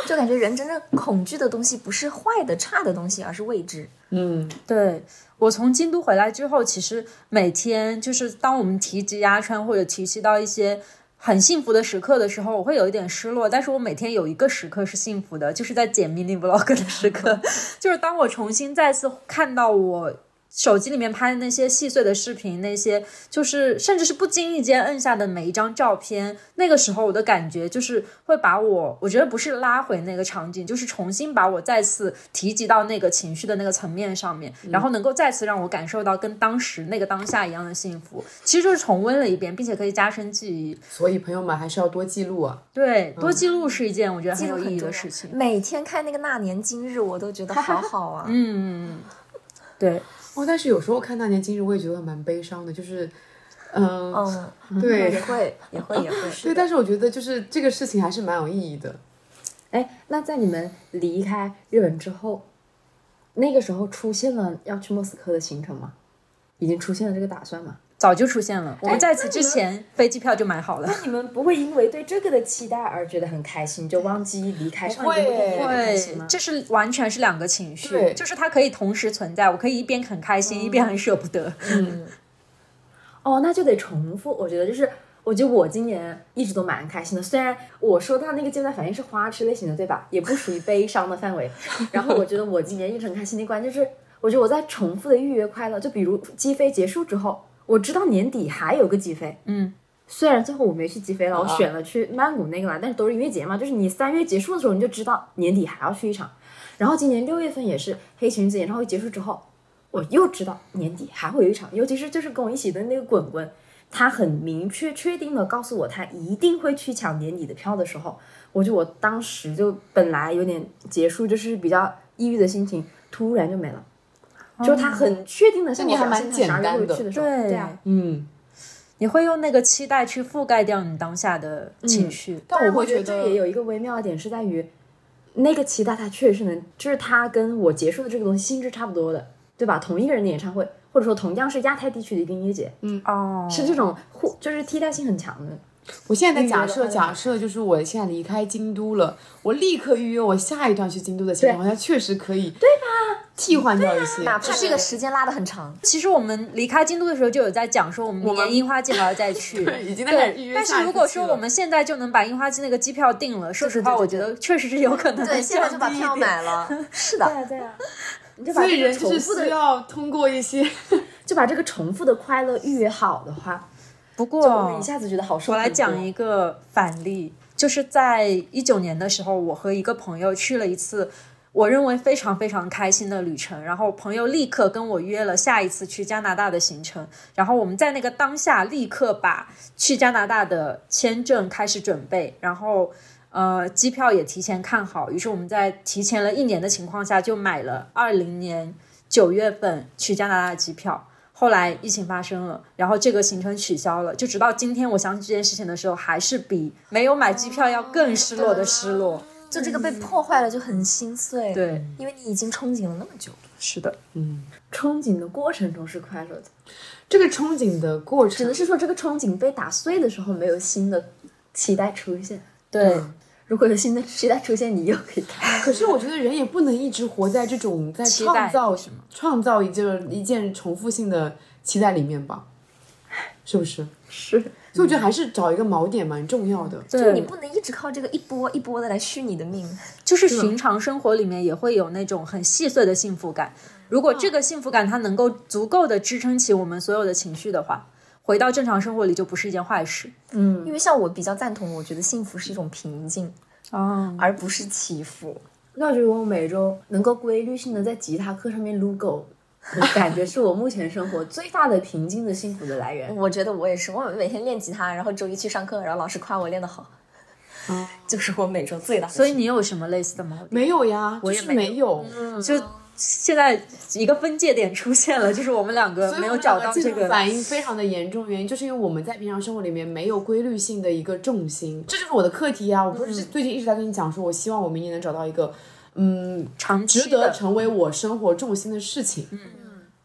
Speaker 3: 就感觉人真正恐惧的东西不是坏的、差的东西，而是未知。
Speaker 2: 嗯，
Speaker 5: 对我从京都回来之后，其实每天就是当我们提及鸭川或者提及到一些很幸福的时刻的时候，我会有一点失落。但是我每天有一个时刻是幸福的，就是在剪 mini vlog 的时刻， 就是当我重新再次看到我。手机里面拍的那些细碎的视频，那些就是甚至是不经意间摁下的每一张照片，那个时候我的感觉就是会把我，我觉得不是拉回那个场景，就是重新把我再次提及到那个情绪的那个层面上面，
Speaker 4: 嗯
Speaker 5: 然后能够再次让我感受到跟当时那个当下一样的幸福，其实就是重温了一遍，并且可以加深记忆。
Speaker 2: 所以朋友们还是要多记录啊。
Speaker 5: 对，
Speaker 4: 嗯
Speaker 5: 多记录是一件我觉得很有
Speaker 3: 记录
Speaker 5: 意义
Speaker 3: 重
Speaker 5: 的
Speaker 3: 要
Speaker 5: 事情。
Speaker 3: 每天看那个那年今日，我都觉得好好啊。
Speaker 5: 嗯，对，
Speaker 2: 哦，但是有时候看那年今日，我也觉得蛮悲伤的，就是，嗯、
Speaker 4: 哦
Speaker 3: 嗯，也
Speaker 2: 对
Speaker 3: 会，也会，也会。
Speaker 2: 对，但是我觉得就是这个事情还是蛮有意义的。
Speaker 4: 哎，那在你们离开日本之后，那个时候出现了要去莫斯科的行程吗？已经出现了这个打算吗？
Speaker 5: 早就出现了，我们在此之
Speaker 4: 哎那你们
Speaker 5: 前飞机票就买好了。
Speaker 4: 你们不会因为对这个的期待而觉得很开心，就忘记离开上一个
Speaker 2: 会
Speaker 4: 地点的开
Speaker 5: 对
Speaker 4: 心吗，？
Speaker 5: 这是完全是两个情绪，
Speaker 2: 对
Speaker 5: 就是它可以同时存在，我可以一边很开
Speaker 4: 嗯
Speaker 5: 心，一边很舍不得。
Speaker 4: 哦，那就得重复。我觉得就是，我觉得我今年一直都蛮开心的。虽然我说到那个阶段反应是花痴类型的，对吧？也不属于悲伤的范围。 然后我觉得我今年一直很开心的一关就是，我觉得我在重复的预约快乐。就比如机飞结束之后，我知道年底还有个机飞，
Speaker 5: 嗯。
Speaker 4: 虽然最后我没去机飞了，我
Speaker 2: 啊
Speaker 4: 选了去曼谷那个嘛，但是都是音乐节嘛，就是你三月结束的时候你就知道年底还要去一场，然后今年六月份也是黑裙子演唱会结束之后，我又知道年底还会有一场，尤其是就是跟我一起的那个滚滚，他很明确确定的告诉我他一定会去抢年底的票的时候，我就我当时就本来有点结束就是比较抑郁的心情，突然就没了。就他很确定的向
Speaker 2: 哦那你
Speaker 4: 我
Speaker 2: 还
Speaker 4: 表
Speaker 2: 蛮
Speaker 4: 现他
Speaker 2: 简
Speaker 4: 啥时候
Speaker 2: 单
Speaker 4: 会
Speaker 2: 的
Speaker 4: 去的时候，对啊，
Speaker 2: 嗯，
Speaker 5: 你会用那个期待去覆盖掉你当下的情
Speaker 3: 嗯
Speaker 5: 绪。
Speaker 2: 但我
Speaker 4: 我
Speaker 2: 会觉
Speaker 4: 觉得这也
Speaker 2: 得，
Speaker 4: 有一个微妙的点是在于，那个期待它确实能，就是它跟我结束的这个东西性质差不多的，对吧？同一个人的演唱会，或者说同样是亚太地区的一个音乐节，
Speaker 2: 嗯
Speaker 5: 哦，
Speaker 4: 是这种互就是替代性很强的。
Speaker 2: 我现在在假
Speaker 4: 预约
Speaker 2: 设，
Speaker 4: 的
Speaker 2: 假设就是我现在离开京都了，我立刻预约我下一段去京都的行程，好像确实可以，对吧？替换掉一些，
Speaker 4: 啊
Speaker 3: 哪怕这个时间拉得很长，
Speaker 5: 其实我们离开京都的时候就有在讲说，我们明年樱花季还要再 去。
Speaker 2: 对已经在开始预
Speaker 5: 对，
Speaker 2: 约
Speaker 5: 但
Speaker 2: 下
Speaker 5: 是
Speaker 2: 一
Speaker 5: 如
Speaker 2: 次
Speaker 5: 果
Speaker 2: 去
Speaker 5: 说
Speaker 2: 了
Speaker 5: 我们现在就能把樱花季那个机票定了，说实话，
Speaker 3: 对对
Speaker 5: 我觉得确实是有可能
Speaker 3: 对，
Speaker 5: 能
Speaker 3: 现在就
Speaker 5: 降
Speaker 3: 把
Speaker 5: 低一
Speaker 3: 票
Speaker 5: 点
Speaker 3: 买了。是的，
Speaker 4: 啊，对啊，你就把
Speaker 2: 所以
Speaker 4: 这个
Speaker 2: 人就
Speaker 4: 重
Speaker 2: 是
Speaker 4: 复
Speaker 2: 需
Speaker 4: 的，
Speaker 2: 要通过一些，
Speaker 4: 就把这个重复的快乐预约好的话，
Speaker 5: 不
Speaker 4: 我
Speaker 2: 哦
Speaker 5: 过
Speaker 4: 一下子觉得好受
Speaker 5: 我
Speaker 4: 很多。
Speaker 5: 来讲一个反例，就是在一九年的时候，我和一个朋友去了一次。我认为非常非常开心的旅程，然后朋友立刻跟我约了下一次去加拿大的行程，然后我们在那个当下立刻把去加拿大的签证开始准备，然后呃机票也提前看好，于是我们在提前了一年的情况下就买了二零年九月份去加拿大的机票，后来疫情发生了，然后这个行程取消了，就直到今天我想起这件事情的时候，还是比没有买机票要更失落的失落。
Speaker 3: 就这个被破坏了就很心碎。，
Speaker 5: 对，
Speaker 3: 因为你已经憧憬了那么久了。
Speaker 5: 是的，
Speaker 4: 嗯憧憬的过程中是快乐的，
Speaker 2: 嗯这个憧憬的过
Speaker 4: 只
Speaker 2: 程
Speaker 4: 能是说这个憧憬被打碎的时候，没有新的期待出现。
Speaker 5: 对，
Speaker 4: 如果有新的期待出现，你又可以看。
Speaker 2: 可是我觉得人也不能一直活在这种在
Speaker 5: 期待
Speaker 2: 创造
Speaker 5: 是吗
Speaker 2: 创造一件一件重复性的期待里面吧，是不是？
Speaker 4: 是，
Speaker 2: 所以我觉得还是找一个锚点蛮重要的。
Speaker 5: 对
Speaker 3: 就你不能一直靠这个一波一波的来续你的命。
Speaker 5: 就是寻常生活里面也会有那种很细碎的幸福感。如果这个幸福感它能够足够的支撑起我们所有的情绪的话，回到正常生活里就不是一件坏事。
Speaker 3: 因为像我比较赞同，我觉得幸福是一种平静，
Speaker 5: 哦，
Speaker 3: 而不是起伏。
Speaker 4: 那就是我每周能够规律性的在吉他课上面撸 狗，我感觉是我目前生活最大的平静的幸福的来源。
Speaker 3: 我觉得我也是，我每天练吉他，然后周一去上课，然后老师夸我练得好，就是我每周最大的。
Speaker 5: 嗯所以你有什么类似的毛病？
Speaker 2: 没有呀，我就是没有，
Speaker 5: 就现在一个分界点出现了，就是我们两个
Speaker 2: 所以
Speaker 5: 没
Speaker 2: 我
Speaker 5: 有
Speaker 2: 们
Speaker 5: 找
Speaker 2: 两个
Speaker 5: 到这
Speaker 2: 竞争
Speaker 5: 个。
Speaker 2: 反应非常的严重，原因就是因为我们在平常生活里面没有规律性的一个重心，这就是我的课题啊！我不是
Speaker 5: 嗯
Speaker 2: 最近一直在跟你讲说，我希望我明年能找到一个嗯
Speaker 5: 长期
Speaker 2: 值得
Speaker 5: 的
Speaker 2: 成为我生活重心的事情。嗯，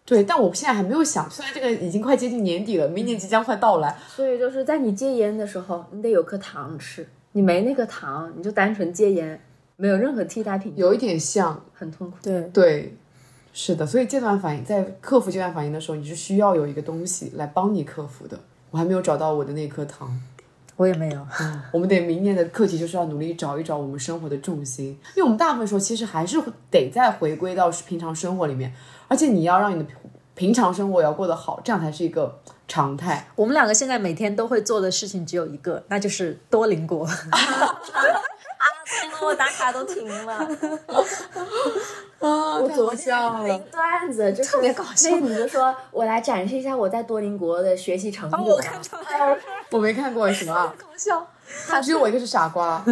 Speaker 2: 对，但我现在还没有想，虽然这个已经快接近年底了，明年即将快到来，
Speaker 4: 所以就是在你戒烟的时候，你得有颗糖吃，你没那个糖，你就单纯戒烟，没有任何替代品，
Speaker 2: 有一点像，
Speaker 4: 很痛苦。
Speaker 5: 对
Speaker 2: 对，是的，所以戒断反应在克服戒断反应的时候，你是需要有一个东西来帮你克服的。我还没有找到我的那颗糖，
Speaker 5: 我也没有。
Speaker 2: 我们得明年的课题就是要努力找一找我们生活的重心，因为我们大部分时候其实还是得再回归到平常生活里面，而且你要让你的平平常生活也要过得好，这样才是一个常态。
Speaker 5: 我们两个现在每天都会做的事情只有一个，那就是多邻国。
Speaker 3: 啊，天呐，我打卡都停 了。
Speaker 2: 啊，我
Speaker 4: 昨天一个段子，就是特
Speaker 3: 别搞笑
Speaker 4: 那女的说：“我来展示一下我在多邻国的学习成果。
Speaker 5: 我看到了，
Speaker 2: 我没看过什么啊，
Speaker 3: 搞笑。
Speaker 2: 只有我一个是傻瓜。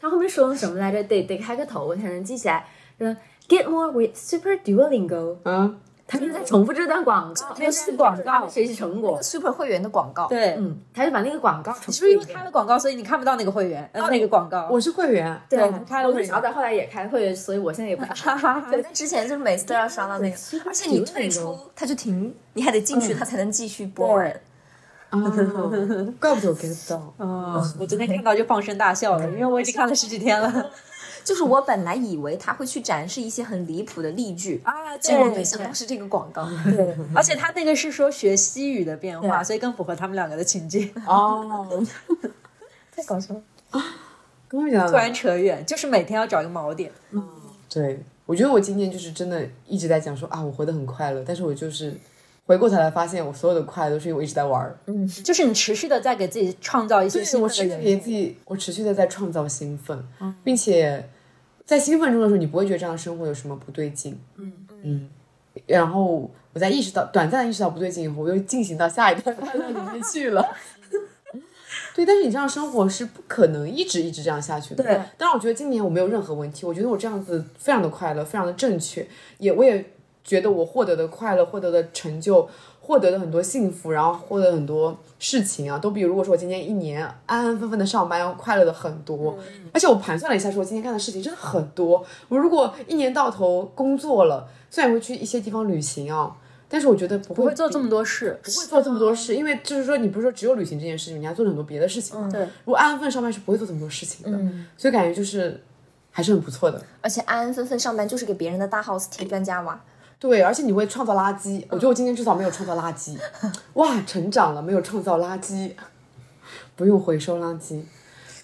Speaker 4: 他后面说了什么来着？得得开个头，我才能记起来。嗯，Get more with Super Duolingo。
Speaker 2: 嗯，
Speaker 4: 他就在重复这段广告，
Speaker 5: 那是广告
Speaker 4: 学习成果。
Speaker 3: Super 会员的广 告，
Speaker 5: 对，
Speaker 4: 嗯，他就把那个广告重
Speaker 5: 你是
Speaker 4: 复
Speaker 5: 不是
Speaker 4: 一
Speaker 5: 因为他
Speaker 4: 遍。
Speaker 5: 的广告，所以你看不到那个会员，呃，那个广告？
Speaker 2: 我是会员，
Speaker 4: 对
Speaker 5: 他开了
Speaker 4: 我
Speaker 5: 会
Speaker 4: 跟
Speaker 5: 员
Speaker 4: 小仔后来也开会，所以我现在也不
Speaker 5: 哈哈哈。
Speaker 3: 对，但之前就是每次都要刷到那个，嗯而且你退出它就停，你还得进去它才能继续播完。
Speaker 5: 对
Speaker 2: 啊，怪不得我 get 到。
Speaker 5: 嗯，我昨天看到就放声大笑了，因为我已经看了十几天了。
Speaker 3: 就是我本来以为他会去展示一些很离谱的例句，
Speaker 5: 啊，
Speaker 3: 结果没想到是这个广告。
Speaker 5: 对，而且他那个是说学西语的变化，所以更符合他们两个的情境。
Speaker 2: 哦，
Speaker 3: 太搞笑了！
Speaker 2: 刚刚讲到
Speaker 5: 突
Speaker 2: 哪
Speaker 5: 然扯远，就是每天要找一个锚点。
Speaker 2: 对，我觉得我今年就是真的一直在讲说啊，我活得很快乐，但是我就是回过头来发现，我所有的快乐都是因为我一直在玩儿。
Speaker 5: 就是你持续的在给自己创造一些
Speaker 2: 对，
Speaker 5: 新
Speaker 2: 我
Speaker 5: 的
Speaker 2: 持续
Speaker 5: 元
Speaker 2: 给
Speaker 5: 素。
Speaker 2: 自己，我持续的在创造兴奋，并且在兴奋中的时候，你不会觉得这样的生活有什么不对劲。嗯嗯。然后我在意识到短暂的意识到不对劲以后，我又进行到下一段快乐里面去了。 对，但是你这样生活是不可能一直一直这样下去的。
Speaker 5: 对
Speaker 2: 当然我觉得今年我没有任何问题，我觉得我这样子非常的快乐，非常的正确，也我也觉得我获得的快乐、获得的成就、获得的很多幸福，然后获得很多事情啊，都比如果说我今年一年安安分分的上班要快乐的很多。
Speaker 5: 嗯
Speaker 2: 而且我盘算了一下，说我今天干的事情真的很多。我如果一年到头工作了，虽然会去一些地方旅行啊，但是我觉得不会
Speaker 5: 不
Speaker 2: 不
Speaker 5: 会做这么多事，
Speaker 2: 不会做这么多事，因为就是说，你不是说只有旅行这件事情，你还做了很多别的事情嘛。
Speaker 5: 嗯对嗯
Speaker 2: 如果安安分分上班是不会做这么多事情的，所以感觉就是还是很不错的。
Speaker 3: 而且安安分分上班就是给别人的大 house 贴砖加瓦，
Speaker 2: 对，而且你会创造垃圾。我觉得我今天至少没有创造垃圾， 哇，成长了，没有创造垃圾， 不用回收垃圾。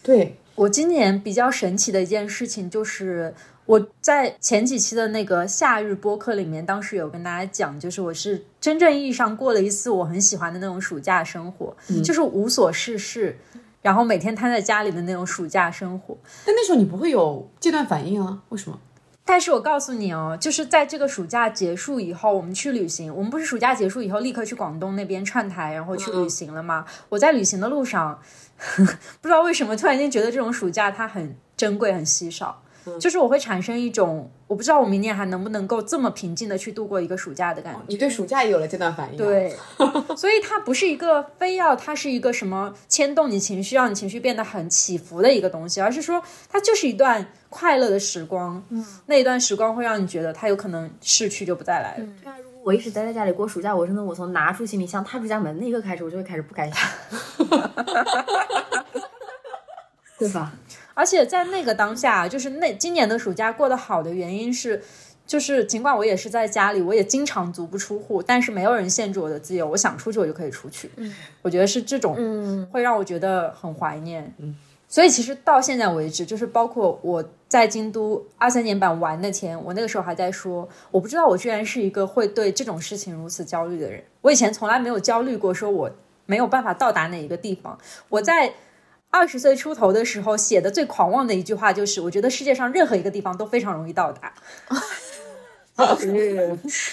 Speaker 2: 对，
Speaker 5: 我今年比较神奇的一件事情就是，我在前几期的那个夏日播客里面，当时有跟大家讲，就是我是真正意义上过了一次我很喜欢的那种暑假生活，就是无所事事，然后每天瘫在家里的那种暑假生活。
Speaker 2: 但那时候你不会有戒断反应啊？为什么？
Speaker 5: 但是我告诉你哦，就是在这个暑假结束以后，我们去旅行。我们不是暑假结束以后立刻去广东那边串台，然后去旅行了吗？我在旅行 的路上，不知道为什么突然间觉得这种暑假它很珍贵、很稀少。就是我会产生一种我不知道我明年还能不能够这么平静的去度过一个暑假的感觉。
Speaker 2: 你对暑假也有了阶段反应、啊，，
Speaker 5: 对，所以它不是一个非要它是一个什么牵动你情绪，让你情绪变得很起伏的一个东西，而是说它就是一段快乐的时光。嗯，那一段时光会让你觉得它有可能逝去就不再来了。
Speaker 4: 我一直待在家里过暑假，我真的我从拿出行李箱踏出家门那一刻开始，我就会开始不开心，对吧？
Speaker 5: 而且在那个当下，就是那今年的暑假过得好的原因是。就是，尽管我也是在家里，我也经常足不出户，但是没有人限制我的自由，我想出去我就可以出去。嗯，我觉得是这种，嗯，会让我觉得很怀念。嗯，所以其实到现在为止，就是包括我在京都二三年版玩那天，我那个时候还在说，我不知道我居然是一个会对这种事情如此焦虑的人。我以前从来没有焦虑过，说我没有办法到达哪一个地方。我在二十岁出头的时候写的最狂妄的一句话就是：“我觉得世界上任何一个地方都非常容易到达。
Speaker 4: 嗯”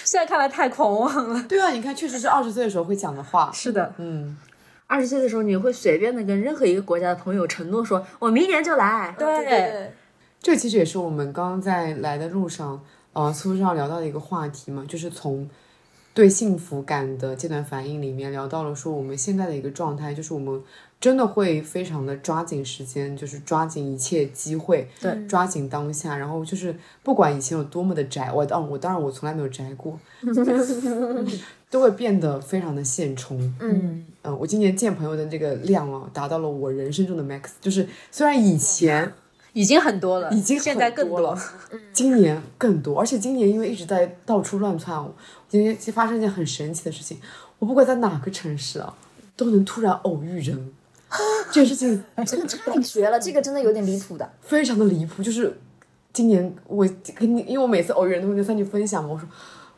Speaker 5: 现在看来太狂妄了。
Speaker 2: 对啊，你看，确实是二十岁的时候会讲的话，
Speaker 5: 是的，
Speaker 2: 嗯，
Speaker 4: 二十岁的时候，你会随便的跟任何一个国家的朋友承诺说，我明年就来。
Speaker 5: 对
Speaker 2: 这其实也是我们刚刚在来的路上，呃，苏上聊到的一个话题嘛，就是从对幸福感的阶段反应里面聊到了说我们现在的一个状态，就是我们真的会非常的抓紧时间，就是抓紧一切机会，
Speaker 5: 对，
Speaker 2: 抓紧当下，然后就是不管以前有多么的宅，我当我当然我从来没有宅 过，都会变得非常的现充，
Speaker 5: 嗯，
Speaker 2: 嗯，我今年见朋友的这个量啊，达到了我人生中的 max。就是虽然以前
Speaker 5: 已经很多了，
Speaker 2: 已经
Speaker 5: 现
Speaker 2: 很
Speaker 5: 在更
Speaker 2: 多了，今年更多，而且今年因为一直在到处乱窜，我今天其实发生一件很神奇的事情，我不管在哪个城市啊，都能突然偶遇人，这件事情
Speaker 3: 太绝了，这个真的有点离谱的。
Speaker 2: 非常的离谱。就是今年我跟你，因为我每次偶遇人都会跟三弟分享嘛，我说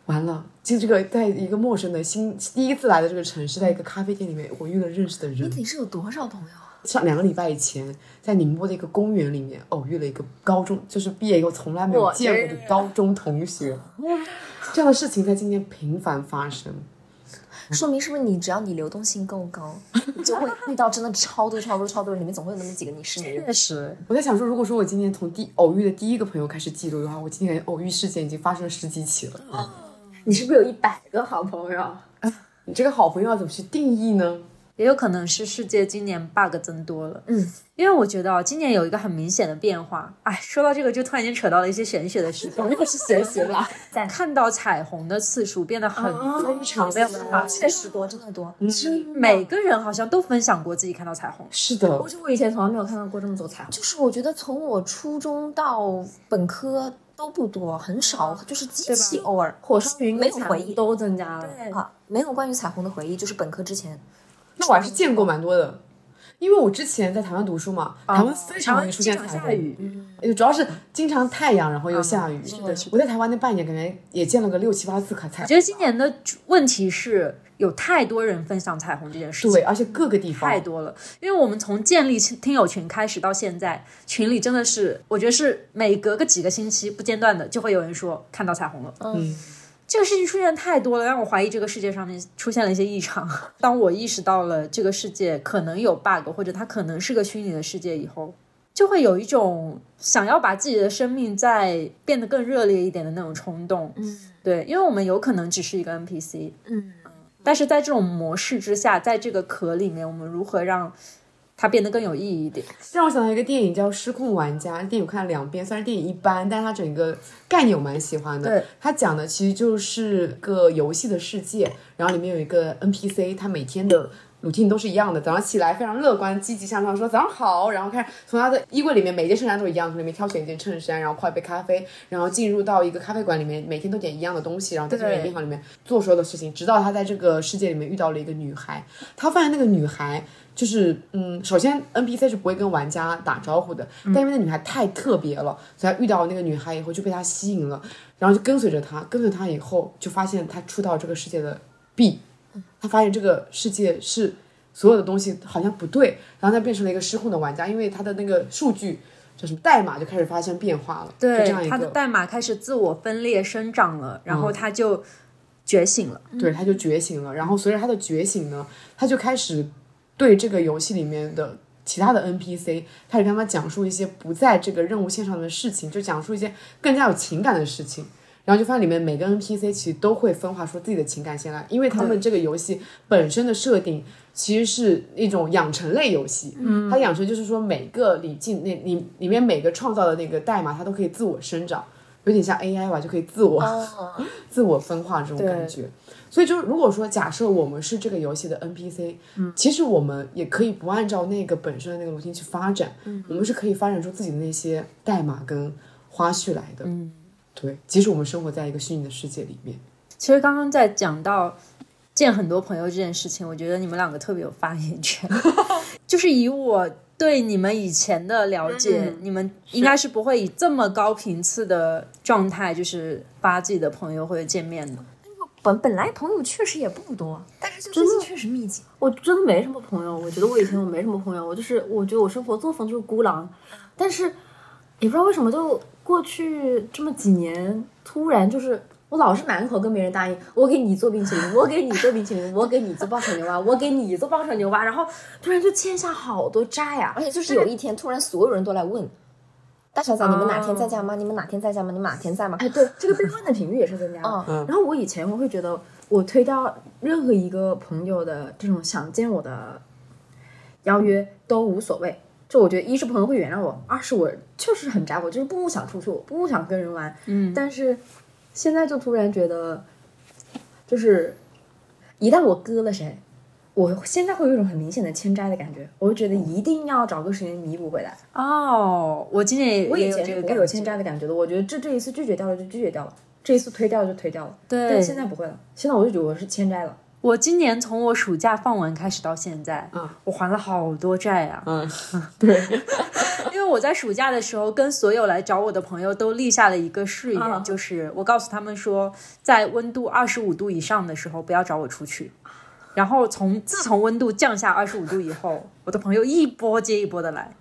Speaker 2: 完了，就这个在一个陌生的新第一次来的这个城市，在一个咖啡店里面，我遇了认识的人。
Speaker 3: 你是有多少朋友啊？
Speaker 2: 上两个礼拜以前，在宁波的一个公园里面偶遇了一个高中，就是毕业以后从来没有
Speaker 4: 哇
Speaker 2: 见过的高中同学。这样的事情在今年频繁发生。
Speaker 3: 说明是不是你只要你流动性够高，你就会遇到真的超多超多超多人，里面总会有那么几个你是你的。
Speaker 5: 确实，
Speaker 2: 我在想说，如果说我今年从第偶遇的第一个朋友开始记录的话，我今年偶遇事件已经发生了十几起了。
Speaker 4: 你是不是有一百个好朋友？
Speaker 2: 你这个好朋友要怎么去定义呢？
Speaker 5: 也有可能是世界今年 bug 增多了。
Speaker 3: 嗯，
Speaker 5: 因为我觉得啊，今年有一个很明显的变化。哎，说到这个，就突然间扯到了一些玄学的事情。
Speaker 4: 又是学习了，在
Speaker 5: 看到彩虹的次数变得很多，
Speaker 2: 非常
Speaker 5: 没有办法
Speaker 3: 确实多，真的多。
Speaker 5: 每个人好像都分享过自己看到彩虹。
Speaker 2: 是的
Speaker 4: 我，是我以前从来没有看到过这么多彩虹。
Speaker 3: 就是我觉得从我初中到本科都不多，很少，就是极其偶尔
Speaker 4: 火烧云
Speaker 3: 没
Speaker 4: 跟
Speaker 3: 有
Speaker 4: 彩
Speaker 3: 回忆
Speaker 4: 虹都增加了，
Speaker 3: 啊，没有关于彩虹的回忆，就是本科之前。
Speaker 2: 那我还是见过蛮多的。因为我之前在台湾读书嘛，啊台湾非常容易出现彩虹，
Speaker 5: 下雨，
Speaker 2: 主要是经常太阳，然后又下雨。是
Speaker 5: 嗯的是的
Speaker 2: 我在台湾那半年，感觉也见了个六七八次可彩
Speaker 5: 我觉。得今年的问题是有太多人分享彩虹这件事
Speaker 2: 对，
Speaker 5: 情。
Speaker 2: 而且各个地方
Speaker 5: 太多了，因为我们从建立听友群开始到现在，群里真的是，我觉得是每隔个几个星期不间断的，就会有人说看到彩虹了。
Speaker 2: 嗯，
Speaker 5: 这个事情出现太多了，让我怀疑这个世界上面出现了一些异常。当我意识到了这个世界可能有 bug，或者它可能是个虚拟的世界以后，就会有一种想要把自己的生命再变得更热烈一点的那种冲动。嗯，对，因为我们有可能只是一个 NPC。嗯，但是在这种模式之下，在这个壳里面，我们如何让它变得更有意义一点？
Speaker 2: 让我想到一个电影叫《失控玩家》，电影我看了两遍，虽然电影一般，但它整个概念我蛮喜欢的。
Speaker 5: 对，
Speaker 2: 它讲的其实就是个游戏的世界，然后里面有一个 NPC，他每天的 routine 都是一样的，早上起来非常乐观、积极向上，说早上好，然后开始从他的衣柜里面每件衬衫都一样，从里面挑选一件衬衫，然后泡一杯咖啡，然后进入到一个咖啡馆里面，每天都点一样的东西，然后在这个
Speaker 5: 对
Speaker 2: 银行里面做所有的事情，直到他在这个世界里面遇到了一个女孩，他发现那个女孩。就是，嗯，首先 NPC 是不会跟玩家打招呼的，
Speaker 5: 嗯
Speaker 2: 但因为那女孩太特别了，所以他遇到那个女孩以后就被她吸引了，然后就跟随着她，跟随她以后就发现她触到这个世界的弊，
Speaker 5: 嗯
Speaker 2: 他发现这个世界是所有的东西好像不对，然后他变成了一个失控的玩家，因为他的那个数据叫什么代码就开始发生变化了，就
Speaker 5: 对
Speaker 2: 这样，一
Speaker 5: 它的
Speaker 2: 个，
Speaker 5: 代码开始自我分裂生长了，然
Speaker 4: 嗯
Speaker 5: 后它就觉醒了。
Speaker 2: 对，他就觉醒了，然后随着他的觉醒呢，他就开始对这个游戏里面的其他的 NPC，开始跟他们讲述一些不在这个任务线上的事情，就讲述一些更加有情感的事情。然后就发现里面每个 NPC 其实都会分化出自己的情感线来，因为他们这个游戏本身的设定其实是一种养成类游戏。嗯，它的养成就是说每个里进那里里面每个创造的那个代码，它都可以自我生长，有点像 AI 吧，就可以自我、
Speaker 3: 哦，
Speaker 2: 自我分化这种感觉。所以就是，如果说假设我们是这个游戏的 NPC，、其实我们也可以不按照那个本身的那个路径去发展，我们是可以发展出自己的那些代码跟花絮来的。嗯，对，即使我们生活在一个虚拟的世界里面，
Speaker 5: 其实刚刚在讲到见很多朋友这件事情，我觉得你们两个特别有发言 权。就是以我对你们以前的了
Speaker 4: 嗯
Speaker 5: 解，你们应该是不会以这么高频次的状态，就是发自己的朋友或者见面的。
Speaker 3: 本本来朋友确实也不多，但是就最近确实密集。
Speaker 4: 我真的没什么朋友，我觉得我以前我没什么朋友，我就是我觉得我生活作风就是孤狼，但是也不知道为什么，就过去这么几年，突然就是我老是满口跟别人答应，我给你做冰淇淋，我给你做冰淇淋，我给你做爆炒牛蛙，我给你做爆炒牛蛙，然后突然就欠下好多债啊呀、
Speaker 3: 而且就是有一天，突然所有人都来问。大小仔，你们哪天在家吗？你们哪天在家吗？你们哪天在吗？
Speaker 4: 哎，对，这个被问的频率也是增加的。
Speaker 2: 嗯
Speaker 4: 然后我以前我会觉得，我推掉任何一个朋友的这种想见我的邀约都无所谓。就我觉得，一是朋友会原谅我，二是我确实很宅，我就是不想出去，我不想跟人玩。
Speaker 5: 嗯
Speaker 4: 但是现在就突然觉得，就是一旦我割了谁，我现在会有一种很明显的欠债的感觉，我会觉得一定要找个时间弥补回来。
Speaker 5: 哦，我今年也
Speaker 4: 我
Speaker 5: 也
Speaker 4: 以
Speaker 5: 有
Speaker 4: 前
Speaker 5: 这
Speaker 4: 是
Speaker 5: 个
Speaker 4: 不
Speaker 5: 感
Speaker 4: 会
Speaker 5: 觉
Speaker 4: 有欠债的感觉的，我觉得这这一次拒绝掉了就拒绝掉了，这一次推掉了就推掉了，
Speaker 5: 对
Speaker 4: 但，现在不会了，现在我就觉得我是欠债了，
Speaker 5: 我今年从我暑假放完开始到现在，
Speaker 2: 嗯
Speaker 5: 我还了好多债啊。
Speaker 2: 嗯，
Speaker 5: 因为我在暑假的时候跟所有来找我的朋友都立下了一个誓言，
Speaker 4: 嗯
Speaker 5: 就是我告诉他们说，在温度二十五度以上的时候不要找我出去。然后从自从温度降下二十五度以后，我的朋友一波接一波的来。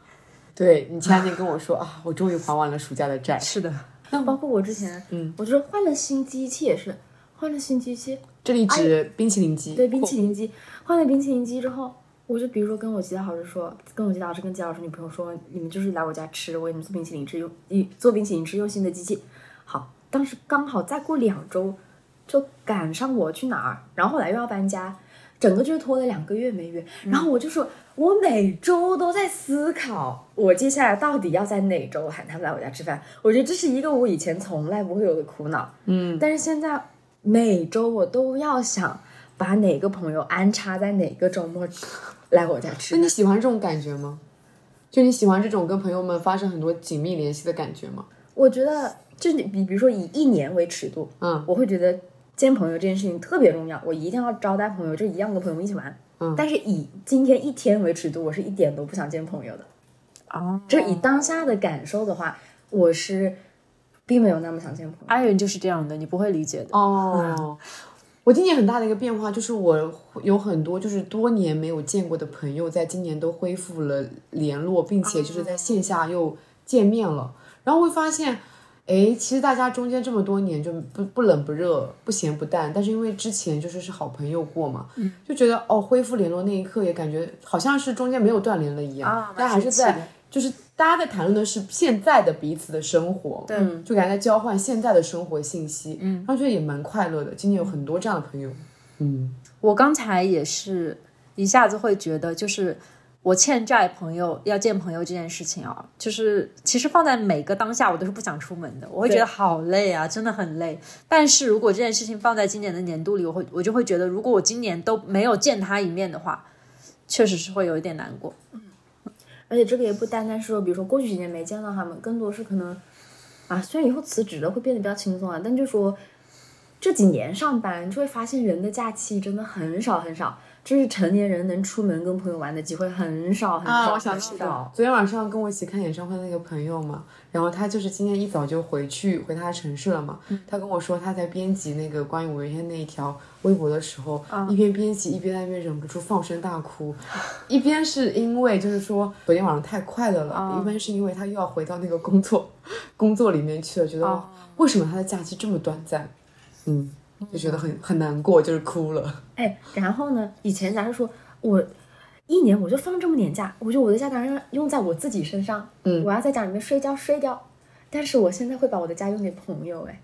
Speaker 2: 对你前两天跟我说啊，我终于还完了暑假的债，
Speaker 5: 是的，
Speaker 4: 那包括我之前，嗯，我就是换了新机器也是，换了新机器，
Speaker 2: 这里指哎冰淇淋机，
Speaker 4: 对冰淇淋机，换了冰淇淋机之后，我就比如说跟我吉他老师说，跟我吉他老师跟吉他老师女朋友说，你们就是来我家吃，我给你们做冰淇淋吃，用一做冰淇淋吃用新的机器。好，当时刚好再过两周就赶上我去哪儿，然后后来又要搬家。整个就是拖了两个月没约，然后我就说，我每周都在思考，我接下来到底要在哪周喊他们来我家吃饭。我觉得这是一个我以前从来不会有的苦恼，
Speaker 2: 嗯，
Speaker 4: 但是现在每周我都要想把哪个朋友安插在哪个周末来我家吃
Speaker 2: 那。你喜欢这种感觉吗？就你喜欢这种跟朋友们发生很多紧密联系的感觉吗？
Speaker 4: 我觉得就是你比比如说以一年为尺度，
Speaker 2: 嗯
Speaker 4: 我会觉得见朋友这件事情特别重要，我一定要招待朋友，就一定要跟朋友们一起玩。
Speaker 2: 嗯
Speaker 4: 但是以今天一天为尺度，我是一点都不想见朋友的。
Speaker 5: 哦，
Speaker 4: 就以当下的感受的话，我是并
Speaker 3: 哎
Speaker 4: 没有那么想见朋友。
Speaker 5: 爱人就是这样的，你不会理解的。
Speaker 2: 哦，我今年很大的一个变化就是我会有很多就是多年没有见过的朋友，在今年都恢复了联络，并且就是在线下又见面了，然后会发现。哎，其实大家中间这么多年就不不冷不热，不咸不淡，但是因为之前就是是好朋友过嘛，
Speaker 5: 嗯
Speaker 2: 就觉得哦，恢复联络那一刻也感觉好像是中间没有断联了一样，
Speaker 5: 啊
Speaker 2: 但还是
Speaker 5: 蛮神奇
Speaker 2: 在
Speaker 5: 的
Speaker 2: 就是大家在谈论的是现在的彼此的生活，对
Speaker 5: 嗯
Speaker 2: 就感觉在交换现在的生活信息，嗯，然后觉得也蛮快乐的。今年有很多这样的朋友，嗯，
Speaker 5: 我刚才也是一下子会觉得，就是我欠债朋友要见朋友这件事情啊，就是其实放在每个当下，我都是不想出门的，我会觉得好累啊，真的很累。但是如果这件事情放在今年的年度里，我会我就会觉得，如果我今年都没有见他一面的话，确实是会有一点难过。
Speaker 4: 而且这个也不单单是说，比如说过去几年没见到他们，更多是可能，啊，虽然以后辞职了会变得比较轻松啊，但就说这几年上班就会发现人的假期真的很少很少，就是成年人能出门跟朋友玩的机会很少很少。
Speaker 2: 啊我想知
Speaker 4: 道，
Speaker 2: 昨天晚上跟我一起看演唱会的那个朋友嘛，然后他就是今天一早就回去回他的城市了嘛，他跟我说他在编辑那个关于五月天那一条微博的时候，一边编辑一边在那边忍不住放声大哭，一边是因为就是说昨天晚上太快乐了，一边是因为他又要回到那个工作工作里面去了，觉得、为什么他的假期这么短暂，嗯，就觉得很很难过，就是哭了。
Speaker 4: 哎，然后呢，以前咱是说我。一年我就放这么点假，我觉得我的假当然用在我自己身上，
Speaker 2: 嗯
Speaker 4: 我要在家里面睡觉睡掉。但是我现在会把我的假用给朋友，哎，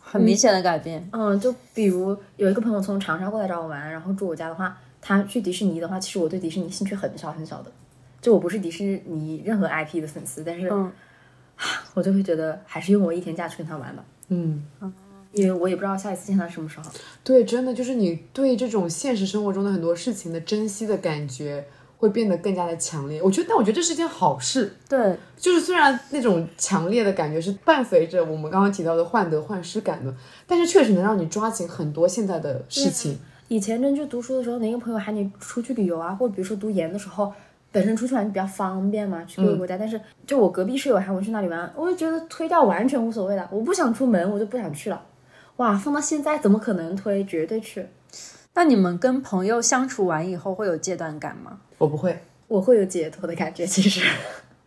Speaker 5: 很明显的改变。
Speaker 4: 嗯，就比如有一个朋友从长沙过来找我玩，然后住我家的话，他去迪士尼的话，其实我对迪士尼兴趣很小很小的，就我不是迪士尼任何 IP 的粉丝，但是
Speaker 5: 嗯，
Speaker 4: 我就会觉得还是用我一天假去跟他玩吧，
Speaker 2: 嗯，
Speaker 4: 因为我也不知道下一次见他什么时候。
Speaker 2: 对，真的就是你对这种现实生活中的很多事情的珍惜的感觉会变得更加的强烈。我觉得，但我觉得这是件好事。
Speaker 5: 对，
Speaker 2: 就是虽然那种强烈的感觉是伴随着我们刚刚提到的患得患失感的，但是确实能让你抓紧很多现在的事情。
Speaker 4: 以前真去读书的时候，哪个朋友喊你出去旅游啊，或者比如说读研的时候，本身出去玩比较方便嘛，去各个国家。但是就我隔壁室友喊我去那里玩，我就觉得推掉完全无所谓的，我不想出门，我就不想去了。哇，放到现在怎么可能推？绝对去！
Speaker 5: 那你们跟朋友相处完以后会有戒断感吗？
Speaker 2: 我不会，
Speaker 4: 我会有解脱的感觉，其 实。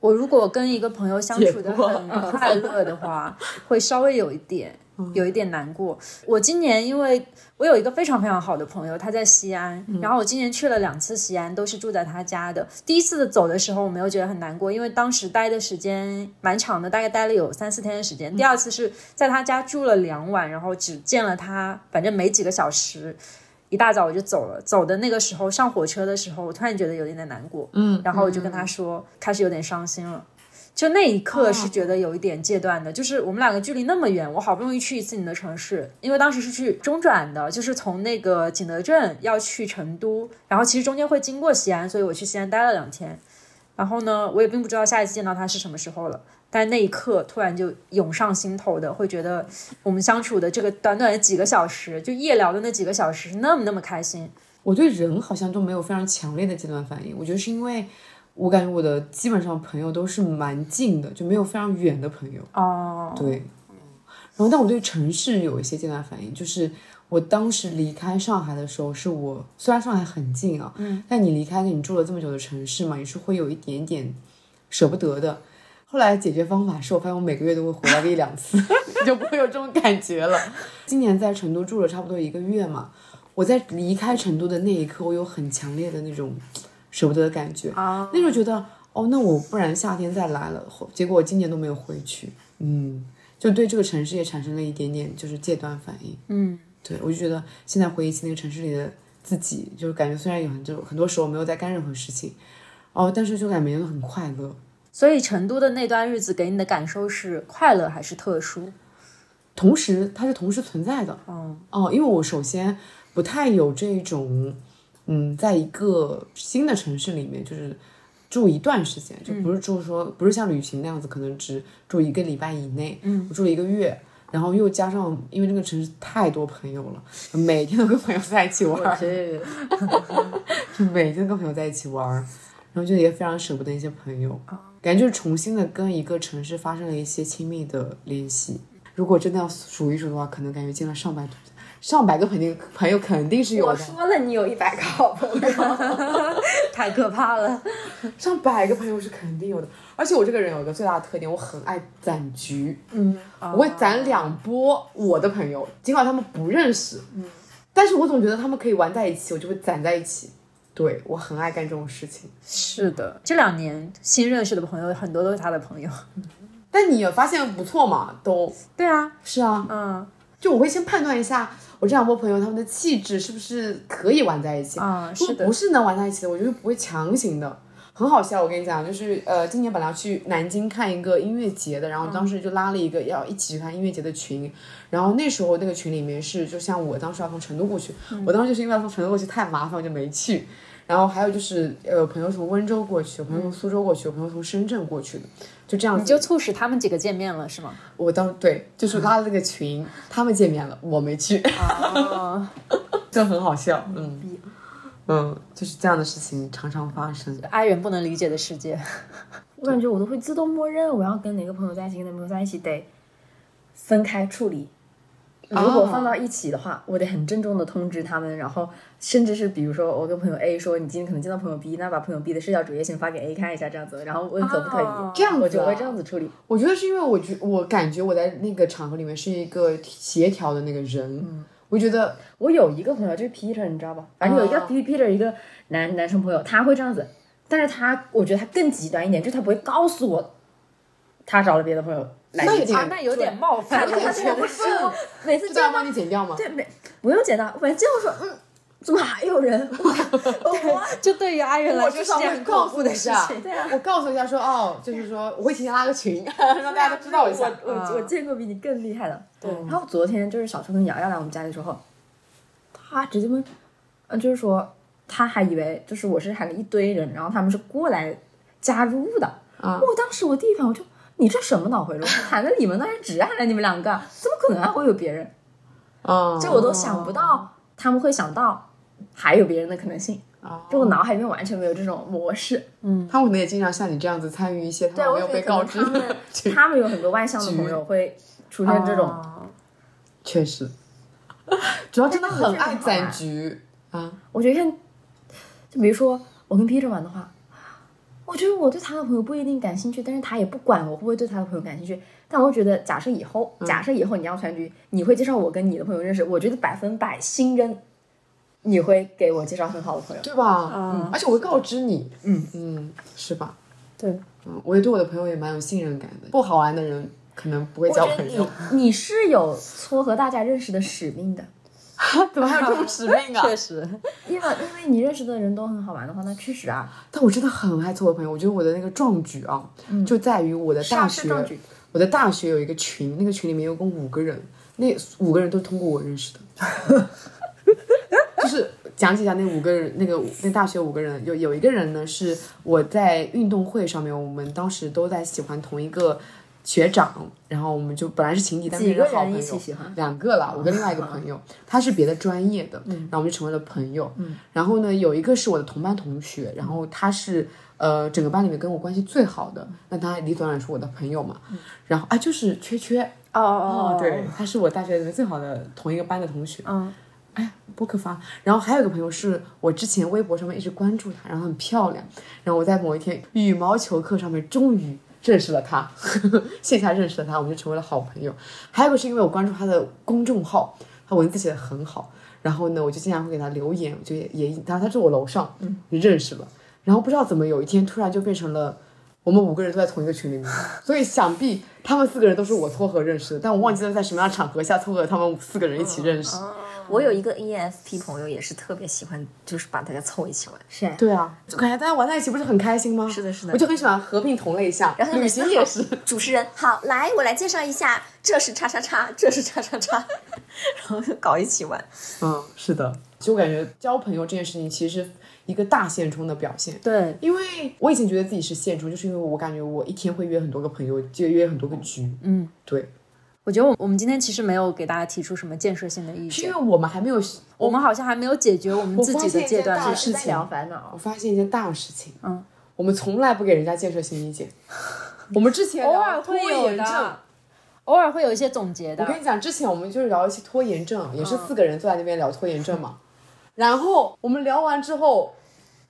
Speaker 5: 我如果跟一个朋友相处的
Speaker 2: 解脱
Speaker 5: 很快乐的话，会稍微有一 点，
Speaker 2: 嗯
Speaker 5: 有一点难过。我今年因为我有一个非常非常好的朋友，他在西安，
Speaker 2: 嗯
Speaker 5: 然后我今年去了两次西安，都是住在他家的。第一次走的时候，我没有觉得很难过，因为当时待的时间蛮长的，大概待了有三四天的时
Speaker 2: 嗯
Speaker 5: 间。第二次是在他家住了两晚，然后只见了他，反正没几个小时。一大早我就走了，走的那个时候上火车的时候，我突然觉得有点点难过，嗯，然后我就跟他说，开始有点伤心了。就那一刻是觉得有一点戒断的，就是我们两个距离那么远，我好不容易去一次你的城市，因为当时是去中转的，就是从那个景德镇要去成都，然后其实中间会经过西安，所以我去西安待了两天。然后呢，我也并不知道下一次见到他是什么时候了，但那一刻突然就涌上心头的，会觉得我们相处的这个短短的几个小时，就夜聊的那几个小时，是那么那么开心。
Speaker 2: 我对人好像都没有非常强烈的戒断反应。我觉得是因为我感觉我的基本上朋友都是蛮近的，就没有非常远的朋友。
Speaker 5: 哦，
Speaker 2: 对，然后但我对城市有一些戒断反应，就是我当时离开上海的时候，是我虽然上海很近啊，嗯，但你离开你住了这么久的城市嘛，你是会有一点点舍不得的。后来解决方法是我发现我每个月都会回来个一两次， 就不会有这种感觉了。今年在成都住了差不多一个月嘛，我在离开成都的那一刻，我有很强烈的那种舍不得的感觉，啊、那时候觉得哦，那我不然夏天再来了，后结果我今年都没有回去，嗯，就对这个城市也产生了一点点就是戒断反应，
Speaker 5: 嗯，
Speaker 2: 对我就觉得现在回忆起那个城市里的自己，就是感觉虽然有很就很多时候没有在干任何事情，哦，但是就感觉很快乐，
Speaker 5: 所以成都的那段日子给你的感受是快乐还是特殊？
Speaker 2: 同时它是同时存在的，
Speaker 5: 嗯，
Speaker 2: 哦，因为我首先不太有这种，嗯，在一个新的城市里面，就是住一段时间，就不是住说、不是像旅行那样子，可能只住一个礼拜以内，嗯，我住了一个月。然后又加上，因为那个城市太多朋友了，每天都跟朋友在一起玩儿，
Speaker 4: 对，
Speaker 2: 就每天跟朋友在一起玩儿，然后就也非常舍不得一些朋友，感觉就是重新的跟一个城市发生了一些亲密的联系。如果真的要数一数的话，可能感觉见了上百上百个朋友朋友肯定是有
Speaker 4: 我
Speaker 2: 的，
Speaker 4: 说了，你有一百个好朋友。
Speaker 5: 太可怕了。
Speaker 2: 上百个朋友是肯定有的。而且我这个人有一个最大的特点，我很爱攒局，
Speaker 4: 嗯，
Speaker 2: 我会攒两波我的朋友，尽管他们不认识，嗯，但是我总觉得他们可以玩在一起，我就会攒在一起。对我很爱干这种事情。
Speaker 5: 是的，这两年新认识的朋友很多都是他的 朋友。
Speaker 2: 但你也发现不错嘛，都
Speaker 5: 对啊，
Speaker 2: 是啊，
Speaker 5: 嗯
Speaker 2: 就我会先判断一下我这两波朋友他们的气质是不是可以玩在一起。
Speaker 5: 啊、
Speaker 2: 如
Speaker 5: 是
Speaker 2: 果
Speaker 5: 的
Speaker 2: 不，是能玩在一起的，我就是不会强行的。很好笑，我跟你讲，就是呃，今年本来要去南京看一个音乐节的，然后
Speaker 5: 嗯
Speaker 2: 当时就拉了一个要一起去看音乐节的群，然后那时候那个群里面是，就像我当时要从成都过去，
Speaker 5: 嗯
Speaker 2: 我当时就是因为要从成都过去太麻烦，我就没去。然后还有就是，呃，有朋友从温州过去，有朋友从苏州过去，有朋友从深圳过去的，就这样子。
Speaker 5: 你就促使他们几个见面了是吗？
Speaker 2: 我当对，就是拉了个群，他们见面了，我没去，
Speaker 5: 哦，
Speaker 2: 就很好笑，嗯，嗯，就是这样的事情常常发生。
Speaker 5: 爱人不能理解的世 界。
Speaker 2: 啊
Speaker 4: 我感觉我都会自动默认我要跟哪个朋友在一起，跟哪个朋友在一起得分开处理。如果放到一起的话，我得很郑重的通知他们，然后甚至是比如说我跟朋友 A 说，你今天可能见到朋友 B，那把朋友 B 的社交主页先发给 A 看一下，这样子，然后问可不可以，
Speaker 5: 哦
Speaker 2: 这样子啊
Speaker 4: 我就会这样子处理。
Speaker 2: 我觉得是因为我觉我感觉我在那个场合里面是一个协调的那个人，我觉得
Speaker 4: 我有一个朋友就是 Peter，你知道吧？反正有一个
Speaker 3: 哦
Speaker 4: P- Peter 一个男男生朋友，他会这样子，但是他我觉得他更极端一点，就是他不会告诉我他找了别的朋友来
Speaker 2: 那
Speaker 4: 约
Speaker 2: 有点
Speaker 5: 啊，那有点冒犯，
Speaker 4: 他
Speaker 5: 我
Speaker 4: 这
Speaker 5: 觉
Speaker 4: 样
Speaker 5: 得
Speaker 4: 会说我每次
Speaker 2: 这
Speaker 4: 见
Speaker 2: 段要
Speaker 4: 到
Speaker 2: 帮你剪掉吗？
Speaker 4: 对每不用剪刀，每次见到我说嗯，怎么还有人？ 我我
Speaker 5: 就对于爱人来
Speaker 2: 我
Speaker 5: 说
Speaker 2: 至
Speaker 5: 是
Speaker 2: 少
Speaker 5: 这
Speaker 2: 会
Speaker 5: 样
Speaker 2: 告
Speaker 5: 恐
Speaker 2: 诉
Speaker 5: 怖
Speaker 2: 一
Speaker 5: 的事
Speaker 2: 下
Speaker 5: 情。，
Speaker 2: 我告诉一下说哦，就是说我会提前拉个群， 让大家都知道一 下。
Speaker 4: 我我我见过比你更厉害的。对。然后昨天就是小春跟瑶瑶来我们家的时候，他直接问，嗯，就是说他还以为就是我是喊了一堆人，然后他们是过来加入的。
Speaker 2: 啊
Speaker 4: 我当时我第一反应我就，你这什么脑回路？喊了你们，但是只喊了你们两个，怎么可能还会有别人？
Speaker 2: 啊，
Speaker 4: 这我都想不到，他们会想到还有别人的可能性。
Speaker 2: 啊
Speaker 4: 就我脑海里面完全没有这种模式。
Speaker 2: 他们可能也经常像你这样子参与一些他
Speaker 4: 对，
Speaker 2: 们
Speaker 4: 我
Speaker 2: 没有
Speaker 4: 觉得
Speaker 2: 被
Speaker 4: 可能
Speaker 2: 告知
Speaker 4: 他
Speaker 2: 的
Speaker 4: 们
Speaker 2: 群，
Speaker 4: 他们有很多外向的朋友会出现这种。
Speaker 2: 确实， 主要真的很爱
Speaker 4: 但是
Speaker 2: 攒
Speaker 4: 很好玩
Speaker 2: 局啊，
Speaker 4: 我觉得看，就比如说我跟 Peter 玩的话，我觉得我对他的朋友不一定感兴趣，但是他也不管我会不会对他的朋友感兴趣。但我会觉得，假设以后，假设以后你要团局，你会介绍我跟你的朋友认识，我觉得百分百信任，你会给我介绍很好的朋友。
Speaker 2: 对吧？嗯
Speaker 5: 啊，
Speaker 2: 而且我会告知你，
Speaker 4: 嗯
Speaker 2: 嗯，是吧？
Speaker 4: 对，
Speaker 2: 嗯，我也对我的朋友也蛮有信任感的。不好玩的人可能不会
Speaker 4: 我
Speaker 2: 交
Speaker 4: 觉得
Speaker 2: 朋友
Speaker 4: 你，你是有撮合大家认识的使命的，
Speaker 2: 怎么还有这种使命啊？
Speaker 5: 确实，
Speaker 4: 因为因为你认识的人都很好玩的话，那确实啊，
Speaker 2: 但我真的很爱做我朋友，我觉得我的那个壮举啊，
Speaker 4: 嗯
Speaker 2: 就在于我的大学，我的大学有一个群，那个群里面有共五个人，那五个人都是通过我认识的。就是讲几讲那五个人，那个那大学五个人，有有一个人呢是我在运动会上面，我们当时都在喜欢同一个学长，然后我们就本来是情敌，但是
Speaker 4: 几个
Speaker 2: 好朋
Speaker 4: 人
Speaker 2: 友
Speaker 4: 一起喜欢
Speaker 2: 两个啦，我跟另外一个朋友，他是别的专业的，
Speaker 4: 嗯
Speaker 2: 然后我们就成为了朋友。然后呢，有一个是我的同班同学，然后他是呃整个班里面跟我关系最好的，那他理所当然是我的朋友嘛。
Speaker 4: 嗯
Speaker 2: 然后啊，就是缺缺，
Speaker 5: 哦哦哦，
Speaker 2: 对，，他是我大学里面最好的同一个班的同学。嗯，哎呀，博可发。然后还有一个朋友是我之前微博上面一直关注她，然后很漂亮。然后我在某一天羽毛球课上面终于认识了她， 线下认识了她，我们就成为了好朋友。还有一个是因为我关注她的公众号，她文字写的很好，然后呢，我就经常会给她留言，我就也也，然后她住我楼上，就认识了。然后不知道怎么有一天突然就变成了。我们五个人都在同一个群里面，所以想必他们四个人都是我撮合认识的，但我忘记了在什么样的场合下撮合他们四个人一起认识。
Speaker 3: 我有一个 ENFP 朋友也是特别喜欢，就是把大家凑一起玩。
Speaker 4: 是啊
Speaker 2: 对啊，就感觉大家玩在一起不是很开心吗？
Speaker 3: 是的是的
Speaker 2: 我就很喜欢合并同类项，
Speaker 3: 然后
Speaker 2: 旅
Speaker 3: 每
Speaker 2: 行
Speaker 3: 次
Speaker 2: 也 是。
Speaker 3: 主持人好，来我来介绍一下，这是叉叉叉，这是叉叉叉， 然后就搞一起玩。
Speaker 2: 嗯，是的，其实我感觉交朋友这件事情其实是一个大现充的表现。
Speaker 5: 对，
Speaker 2: 因为我以前觉得自己是现充，就是因为我感觉我一天会约很多个朋友，就约很多个局。嗯，对，
Speaker 5: 我觉得我我们今天其实没有给大家提出什么建设性的意
Speaker 2: 是因
Speaker 5: 见
Speaker 2: 为，我们还没有，
Speaker 5: 我们好像还没有解决我们
Speaker 2: 我
Speaker 5: 自
Speaker 2: 发
Speaker 5: 己
Speaker 2: 现
Speaker 5: 的
Speaker 2: 一
Speaker 5: 阶
Speaker 2: 件
Speaker 5: 段
Speaker 2: 大
Speaker 5: 的
Speaker 2: 事
Speaker 5: 事
Speaker 4: 在
Speaker 5: 情
Speaker 4: 聊。烦恼
Speaker 2: 我，发现一件大事情。
Speaker 5: 嗯，
Speaker 2: 我们从来不给人家建设性意见。我们之前
Speaker 5: 偶
Speaker 2: 聊
Speaker 5: 尔会
Speaker 2: 拖
Speaker 5: 有
Speaker 2: 延症
Speaker 5: 的，偶尔会有一些总结的
Speaker 2: 我。跟你讲，之前我们就是聊一些拖延症，也
Speaker 5: 嗯
Speaker 2: 是四个人坐在那边聊拖延症嘛。然后我们聊完之后，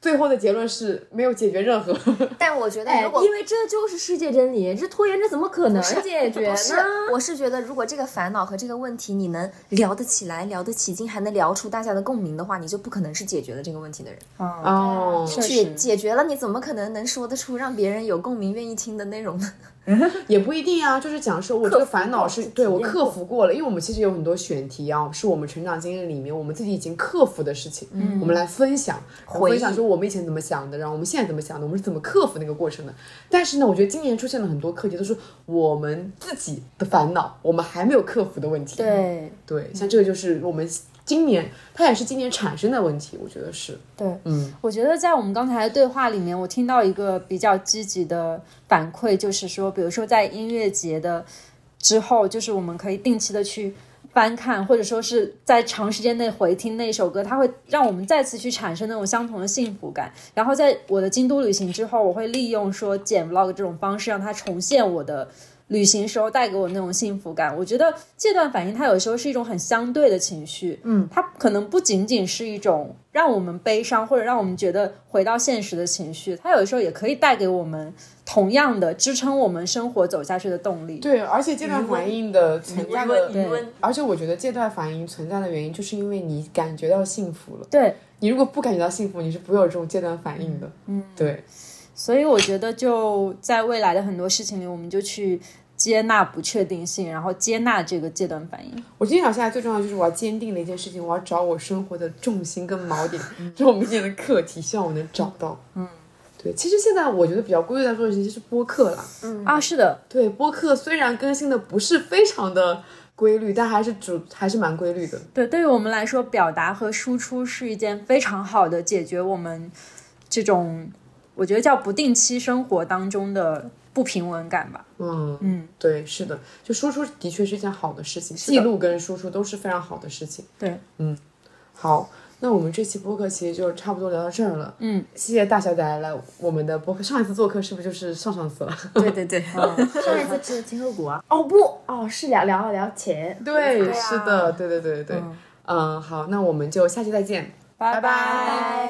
Speaker 2: 最后的结论是没有解决任何。
Speaker 3: 但我觉得
Speaker 4: 哎
Speaker 3: 如果、，
Speaker 4: 因为这就是世界真理，这拖延症怎么可能解决
Speaker 3: 不是
Speaker 4: 呢？，
Speaker 3: 我是觉得，如果这个烦恼和这个问题你能聊得起来、聊得起劲，还能聊出大家的共鸣的话，你就不可能是解决了这个问题的人。
Speaker 5: 嗯
Speaker 2: 哦，
Speaker 3: 解解决了，你怎么可能能说得出让别人有共鸣、愿意听的内容呢？
Speaker 2: 也不一定啊，就是讲说我这个烦恼是对我克服过了，因为我们其实有很多选题啊，是我们成长经历里面我们自己已经克服的事情，我们来分享，然后
Speaker 3: 回忆
Speaker 2: 分享说我们以前怎么想的，然后我们现在怎么想的，我们是怎么克服那个过程的。但是呢，我觉得今年出现了很多课题，都是我们自己的烦恼，我们还没有克服的问题。
Speaker 5: 对
Speaker 2: 对，像这个就是我们今年，它也是今年产生的问题，我觉得是，
Speaker 5: 对，
Speaker 2: 嗯，
Speaker 5: 我觉得在我们刚才的对话里面，我听到一个比较积极的反馈，就是说，比如说在音乐节的之后，就是我们可以定期的去翻看，或者说是在长时间内回听那首歌，它会让我们再次去产生那种相同的幸福感。然后在我的京都旅行之后，我会利用说剪 vlog 这种方式，让它重现我的。旅行时候带给我那种幸福感。我觉得戒断反应它有时候是一种很相对的情绪，嗯，它可能不仅仅是一种让我们悲伤或者让我们觉得回到现实的情绪，它有时候也可以带给我们同样的支撑我们生活走下去的动力。
Speaker 2: 对，而且戒断反应的存在的
Speaker 5: 余温余温，
Speaker 2: 而且我觉得戒断反应存在的原因，就是因为你感觉到幸福了。
Speaker 5: 对，
Speaker 2: 你如果不感觉到幸福，你是不会有这种戒断反应的。嗯，对，
Speaker 5: 所以我觉得，就在未来的很多事情里，我们就去接纳不确定性，然后接纳这个戒断反应。
Speaker 2: 我今天早上下来最重要的就是我要坚定的一件事情，我要找我生活的重心跟锚点，这是我明年的课题，希望我能找到。嗯，对，其实现在我觉得比较规律在做的事情就是播客啦。
Speaker 5: 啊，是的，
Speaker 2: 对，播客虽然更新的不是非常的规律，但还是主还是蛮规律的。
Speaker 5: 对，对于我们来说，表达和输出是一件非常好的解决我们这种我觉得叫不定期生活当中的不平稳感吧。
Speaker 2: 嗯嗯，对，是的，就输出的确是一件好的事情，记录跟输出都是非常好的事情。嗯
Speaker 5: 对，
Speaker 2: 好，那我们这期播客其实就差不多聊到这儿了。
Speaker 5: 嗯，
Speaker 2: 谢谢大小仔来我们的播客。上一次做客是不是就是上上次了？
Speaker 3: 对对对，
Speaker 4: 上 一次吃的天鹅骨啊？哦不，哦是聊聊聊钱。
Speaker 2: 对，是的，对对对对对。嗯好，那我们就下期再见，
Speaker 5: 拜
Speaker 2: 拜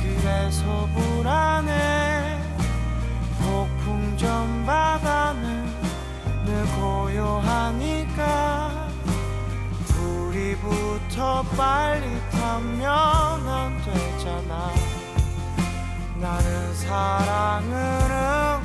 Speaker 6: 그래서 불안해 폭풍 전 바다는 늘 고요하니까 우리부터 빨리 타면 안 되잖아 나는 사랑을